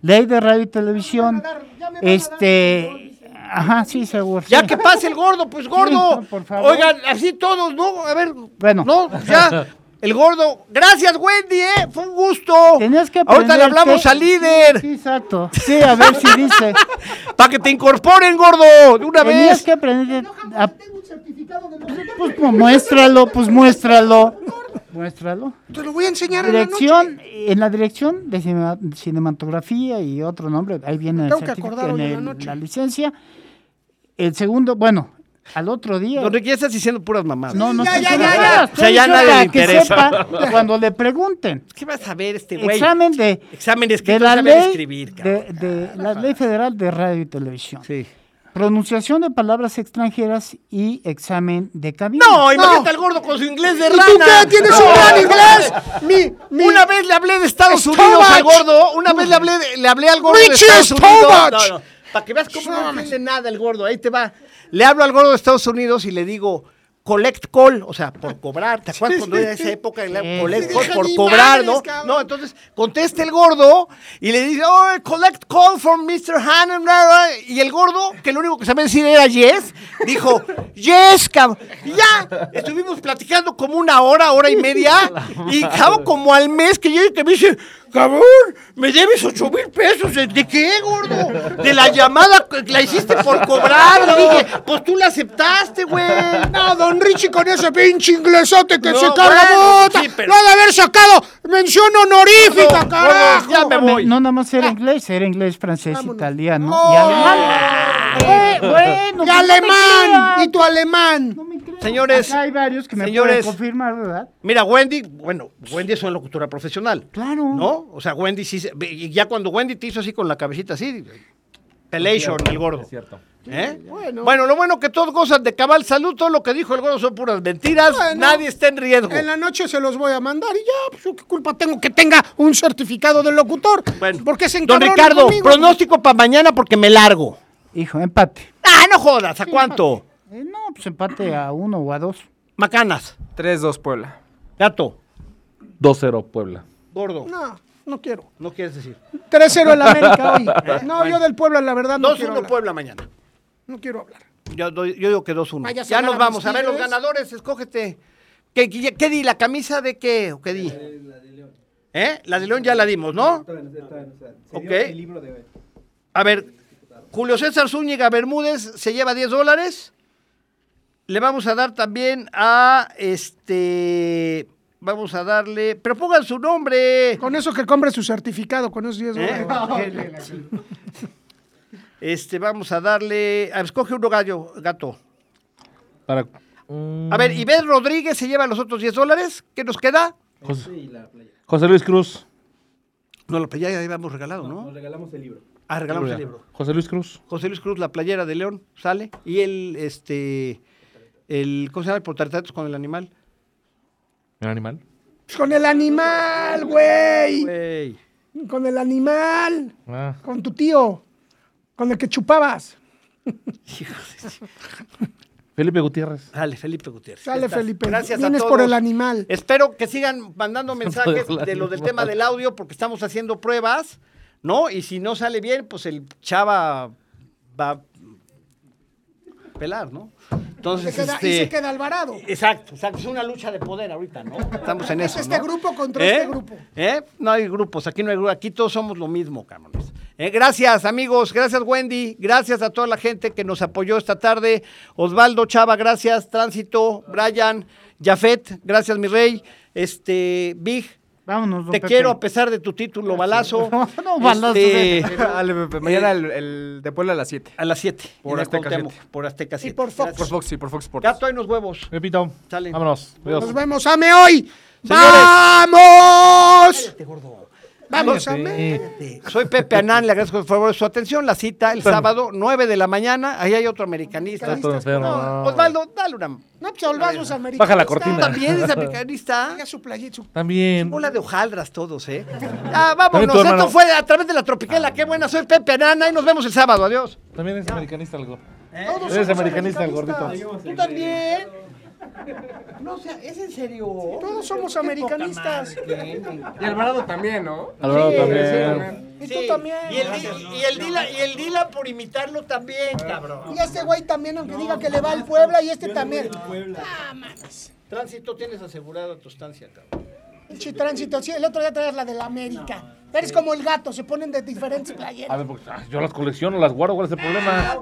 E: Ley de radio y televisión, este... Ajá, sí, seguro.
B: Ya
E: sí.
B: que pase el gordo, pues
E: Sí,
B: gordo.
E: no, por favor.
B: Oigan, así todos, ¿no? A ver.
E: Bueno.
B: No, ya. El gordo. Gracias, Wendy, ¿eh? Fue un gusto.
E: Tenías que
B: Ahorita le
E: aprenderte-
B: hablamos al líder.
E: Sí, exacto. Sí, a ver si dice.
B: Para que te incorporen, gordo. De una
E: Tenías
B: vez.
E: que aprender. a- Pues, pues, muéstralo, pues muéstralo. Muéstralo.
D: Te lo voy a enseñar en la noche.
E: Dirección, en la dirección de cinema- cinematografía y otro nombre, ahí viene el
D: Tengo que
E: certificado,
D: acordar hoy
E: en
D: en la
E: el-
D: noche.
E: la licencia. El segundo, bueno, al otro día.
B: Don Ricky, ya estás diciendo puras mamadas.
E: No, no
D: Ya,
E: sé
D: ya,
E: qué
D: ya,
E: más.
D: ya.
E: Estoy
B: O sea, ya
E: diciendo
B: nadie
E: para
B: le
E: que
B: interesa.
E: sepa cuando le pregunten.
B: ¿Qué vas a ver este [laughs] güey?
E: Examen de,
B: Examen de
E: de
B: escritura.
E: la
B: sabe
E: ley,
B: escribir, cabrón.
D: Ah,
E: de, de la ley federal de radio y televisión.
B: Sí.
E: Pronunciación de palabras extranjeras y examen de cabina.
B: No, imagínate al gordo con su inglés de
D: ¿Y tú
B: rana.
D: qué? ¿Tienes un gran inglés? Mi, mi...
B: Una vez le hablé de Estados
D: It's too
B: Unidos al
D: much.
B: gordo, una vez le hablé, de- le hablé al gordo
D: Richie,
B: de Estados
D: it's too
B: Unidos.
D: much.
B: Para que veas cómo no entiende nada el gordo, ahí te va. Le hablo al gordo de Estados Unidos y le digo collect call, o sea, por cobrar, ¿te acuerdas cuando era esa época? Le-
E: Sí.
B: collect
D: Sí,
B: call,
D: deja
B: por
D: ni
B: cobrar,
D: madres,
B: ¿no?
D: cabrón.
B: No, entonces contesta el gordo y le dice, oh, collect call from Mr. Hannon, y el gordo, que lo único que sabía decir era yes, dijo, yes, cabrón. Y ya, estuvimos platicando como una hora, hora y media,
D: [laughs]
B: y cabrón, como al mes que yo que me dice, cabrón, me debes ocho mil pesos, ¿de de qué, gordo? De la llamada, que la hiciste por cobrar, le dije, pues tú la aceptaste, güey.
D: No, don Richie con ese pinche inglesote que
B: No,
D: se carga
B: bueno,
D: bota.
B: sí, pero-
D: Lo ha de haber sacado mención honorífica,
B: No,
D: carajo.
B: ya me
E: No,
B: voy. Ah.
E: no nada más era inglés, era inglés, francés, italiano y alemán. Eh, bueno,
D: Y
E: pues no me
D: alemán.
E: creas,
D: Y tu alemán.
E: no me creas.
B: Señores,
E: Acá hay varios que me
B: señores.
E: pueden confirmar, ¿verdad?
B: Mira, Wendy, bueno, Wendy es una locutora profesional.
E: Claro.
B: ¿No? O sea, Wendy sí. se- y Ya cuando Wendy te hizo así con la cabecita así. Pelation, el gordo.
C: Es cierto.
B: ¿Eh? Bueno. lo bueno que todas cosas de cabal salud, todo lo que dijo el gordo son puras mentiras,
D: Bueno.
B: nadie está en riesgo.
D: En la noche se los voy a mandar y ya, pues yo qué culpa tengo que tenga un certificado del locutor.
B: Bueno.
D: porque se
B: Don
D: encabronan
B: Ricardo,
D: conmigo.
B: pronóstico para mañana porque me largo.
E: Hijo, empate.
B: Ah, no jodas, ¿a cuánto?
E: Eh, no, pues empate a uno o a dos.
B: Macanas,
F: 3-2 Puebla.
B: gato,
C: 2-0 Puebla.
B: gordo, no,
D: No, no quiero.
B: quieres decir.
D: 3-0 el América hoy. No, yo del Puebla, la verdad, no quiero
B: 2-1
D: hablar.
B: Puebla mañana.
D: No quiero hablar.
B: Yo, doy- yo digo que 2-1.
D: Vaya a
B: Ah, Ya
D: ganar
B: nos
D: a
B: vamos.
D: mis
B: A ver, los
D: Tigres.
B: ganadores, escógete. ¿Qué, qué, qué di? ¿La camisa de qué? ¿O qué di? La de León. ¿Eh? La de León ya la dimos, ¿no? Ok. A ver, Julio César Zúñiga Bermúdez se lleva 10 dólares. Le vamos a dar también a este. Vamos a darle. Pero pongan su nombre.
D: Con eso que compre su certificado, con esos 10
B: ¿Eh?
D: dólares.
B: Este, vamos a darle. a- Escoge uno gallo, gato.
C: Para
B: A ver, Ibed Rodríguez se lleva los otros 10 dólares. ¿Qué nos queda?
C: José, José Luis Cruz.
B: No, la playera ya habíamos regalado, ¿no?
J: regalamos el libro.
B: Ah, regalamos el libro.
C: José Luis Cruz.
B: José Luis Cruz, la playera de León, sale. Y el, este, el, ¿cómo se llama? El portarretratos con el animal.
C: ¿El animal?
D: Pues Con el animal, güey.
B: Güey.
D: Con el animal.
C: Ah.
D: Con tu tío. Con el que chupabas.
C: Felipe Gutiérrez.
B: Sale, Felipe Gutiérrez.
D: Sale,
B: Ya estás.
D: Felipe.
B: Gracias a
D: Vienes
B: todos.
D: por el animal.
B: Espero que sigan
C: [laughs]
B: mandando mensajes
C: el
B: de lo del
C: animal.
B: tema del audio, porque estamos haciendo pruebas, ¿no? Y si no sale bien, pues el chava va a pelar, ¿no?
D: Se
B: Entonces,
D: queda- y
B: este,
D: se queda Alvarado.
B: Exacto, exacto. Es una lucha de poder ahorita, ¿no? Estamos en
D: Es
B: eso.
D: este
B: ¿no?
D: grupo contra
B: ¿Eh?
D: este grupo.
B: ¿Eh? No hay grupos, aquí no hay grupos, aquí todos somos lo mismo, cabrones. Eh, gracias, amigos, gracias, Wendy, gracias a toda la gente que nos apoyó esta tarde. Osvaldo Chava, gracias, Tránsito, Brian, Jafet, gracias, mi rey. Este, Big,
E: Vámonos, don
B: te
E: Pepe.
B: quiero a pesar de tu título,
F: [laughs]
B: balazo.
E: No, no, balazo,
B: Este,
F: Dale, Pepe, Mañana el, el de Puebla a las 7.
B: a las 7.
F: Por Azteca siete.
B: Por Azteca 7.
D: por Fox.
F: Por Fox, sí, por Fox Sports.
B: Gato, ahí nos huevos.
C: Repito.
B: Sale.
C: Vámonos. Adiós.
D: Nos vemos, ame hoy.
B: Señores.
D: ¡Vamos!
B: Este gordo.
D: Vamos, ame.
B: Soy Pepe Anán, le agradezco por favor su atención. La cita el sábado, 9 de la mañana. Ahí hay otro americanista.
C: Está todo enfermo.
B: No, Osvaldo, dale una.
D: No, pues al vaso es americanista.
C: Baja la cortina.
B: También [laughs] es americanista.
D: Haga su playita, su-
C: También.
B: Hola de hojaldras todos, ¿eh? Ah,
C: También
B: vámonos.
C: tu hermano.
B: Esto fue a través de la Tropicala. Qué buena, soy Pepe Anán. Ahí nos vemos el sábado. Adiós.
C: También es americanista el gordo.
D: Todos
C: Eres
D: somos
C: americanista, el
D: americanistas.
B: Tú también. No, o sea, es en serio.
D: Todos somos americanistas.
F: Y Alvarado también, ¿no?
C: Alvarado también.
D: Y tú también.
B: Y el, Di- y el Dila, y el Dila por imitarlo también, cabrón. Ah,
D: Y este güey también, aunque diga que le va al Puebla, y este también.
B: Tránsito tienes asegurada tu estancia, cabrón.
D: Pinche tránsito. Sí, el otro día traías la de la América. Eres como el gato, se ponen de diferentes
C: A
D: playeras.
C: ver, porque, ah, yo las colecciono, las guardo, ¿cuál es el problema?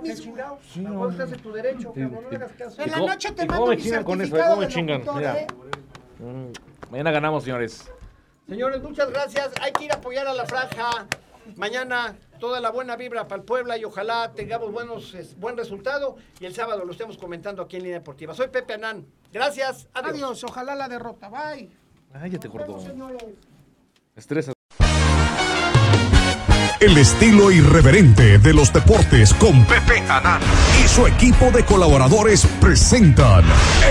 B: Mejor estás en tu derecho, cabrón, no le hagas caso.
D: En la
C: ¿Y cómo-
D: noche te
C: y cómo
D: mando
C: me
D: mi
C: chingan con eso, eh?
D: certificado
C: ¿Cómo me
D: de
C: chingan?
D: locutor,
C: Mira.
D: ¿eh?
C: Mañana ganamos, señores.
B: Señores, muchas gracias. Hay que ir a apoyar a la franja. Mañana toda la buena vibra para el Puebla y ojalá tengamos buenos, es- buen resultado y el sábado lo estemos comentando aquí en Línea Deportiva. Soy Pepe Anán. Gracias. Adiós.
D: Adiós, ojalá la derrota. Bye.
C: Ay, ya te cortó.
D: Señores.
C: Estresa.
A: El estilo irreverente de los deportes con Pepe Anán y su equipo de colaboradores presentan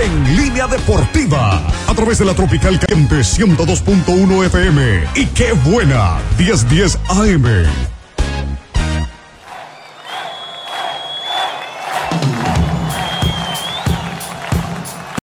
A: En Línea Deportiva a través de la Tropical Caliente 102.1 FM y qué buena 1010 AM.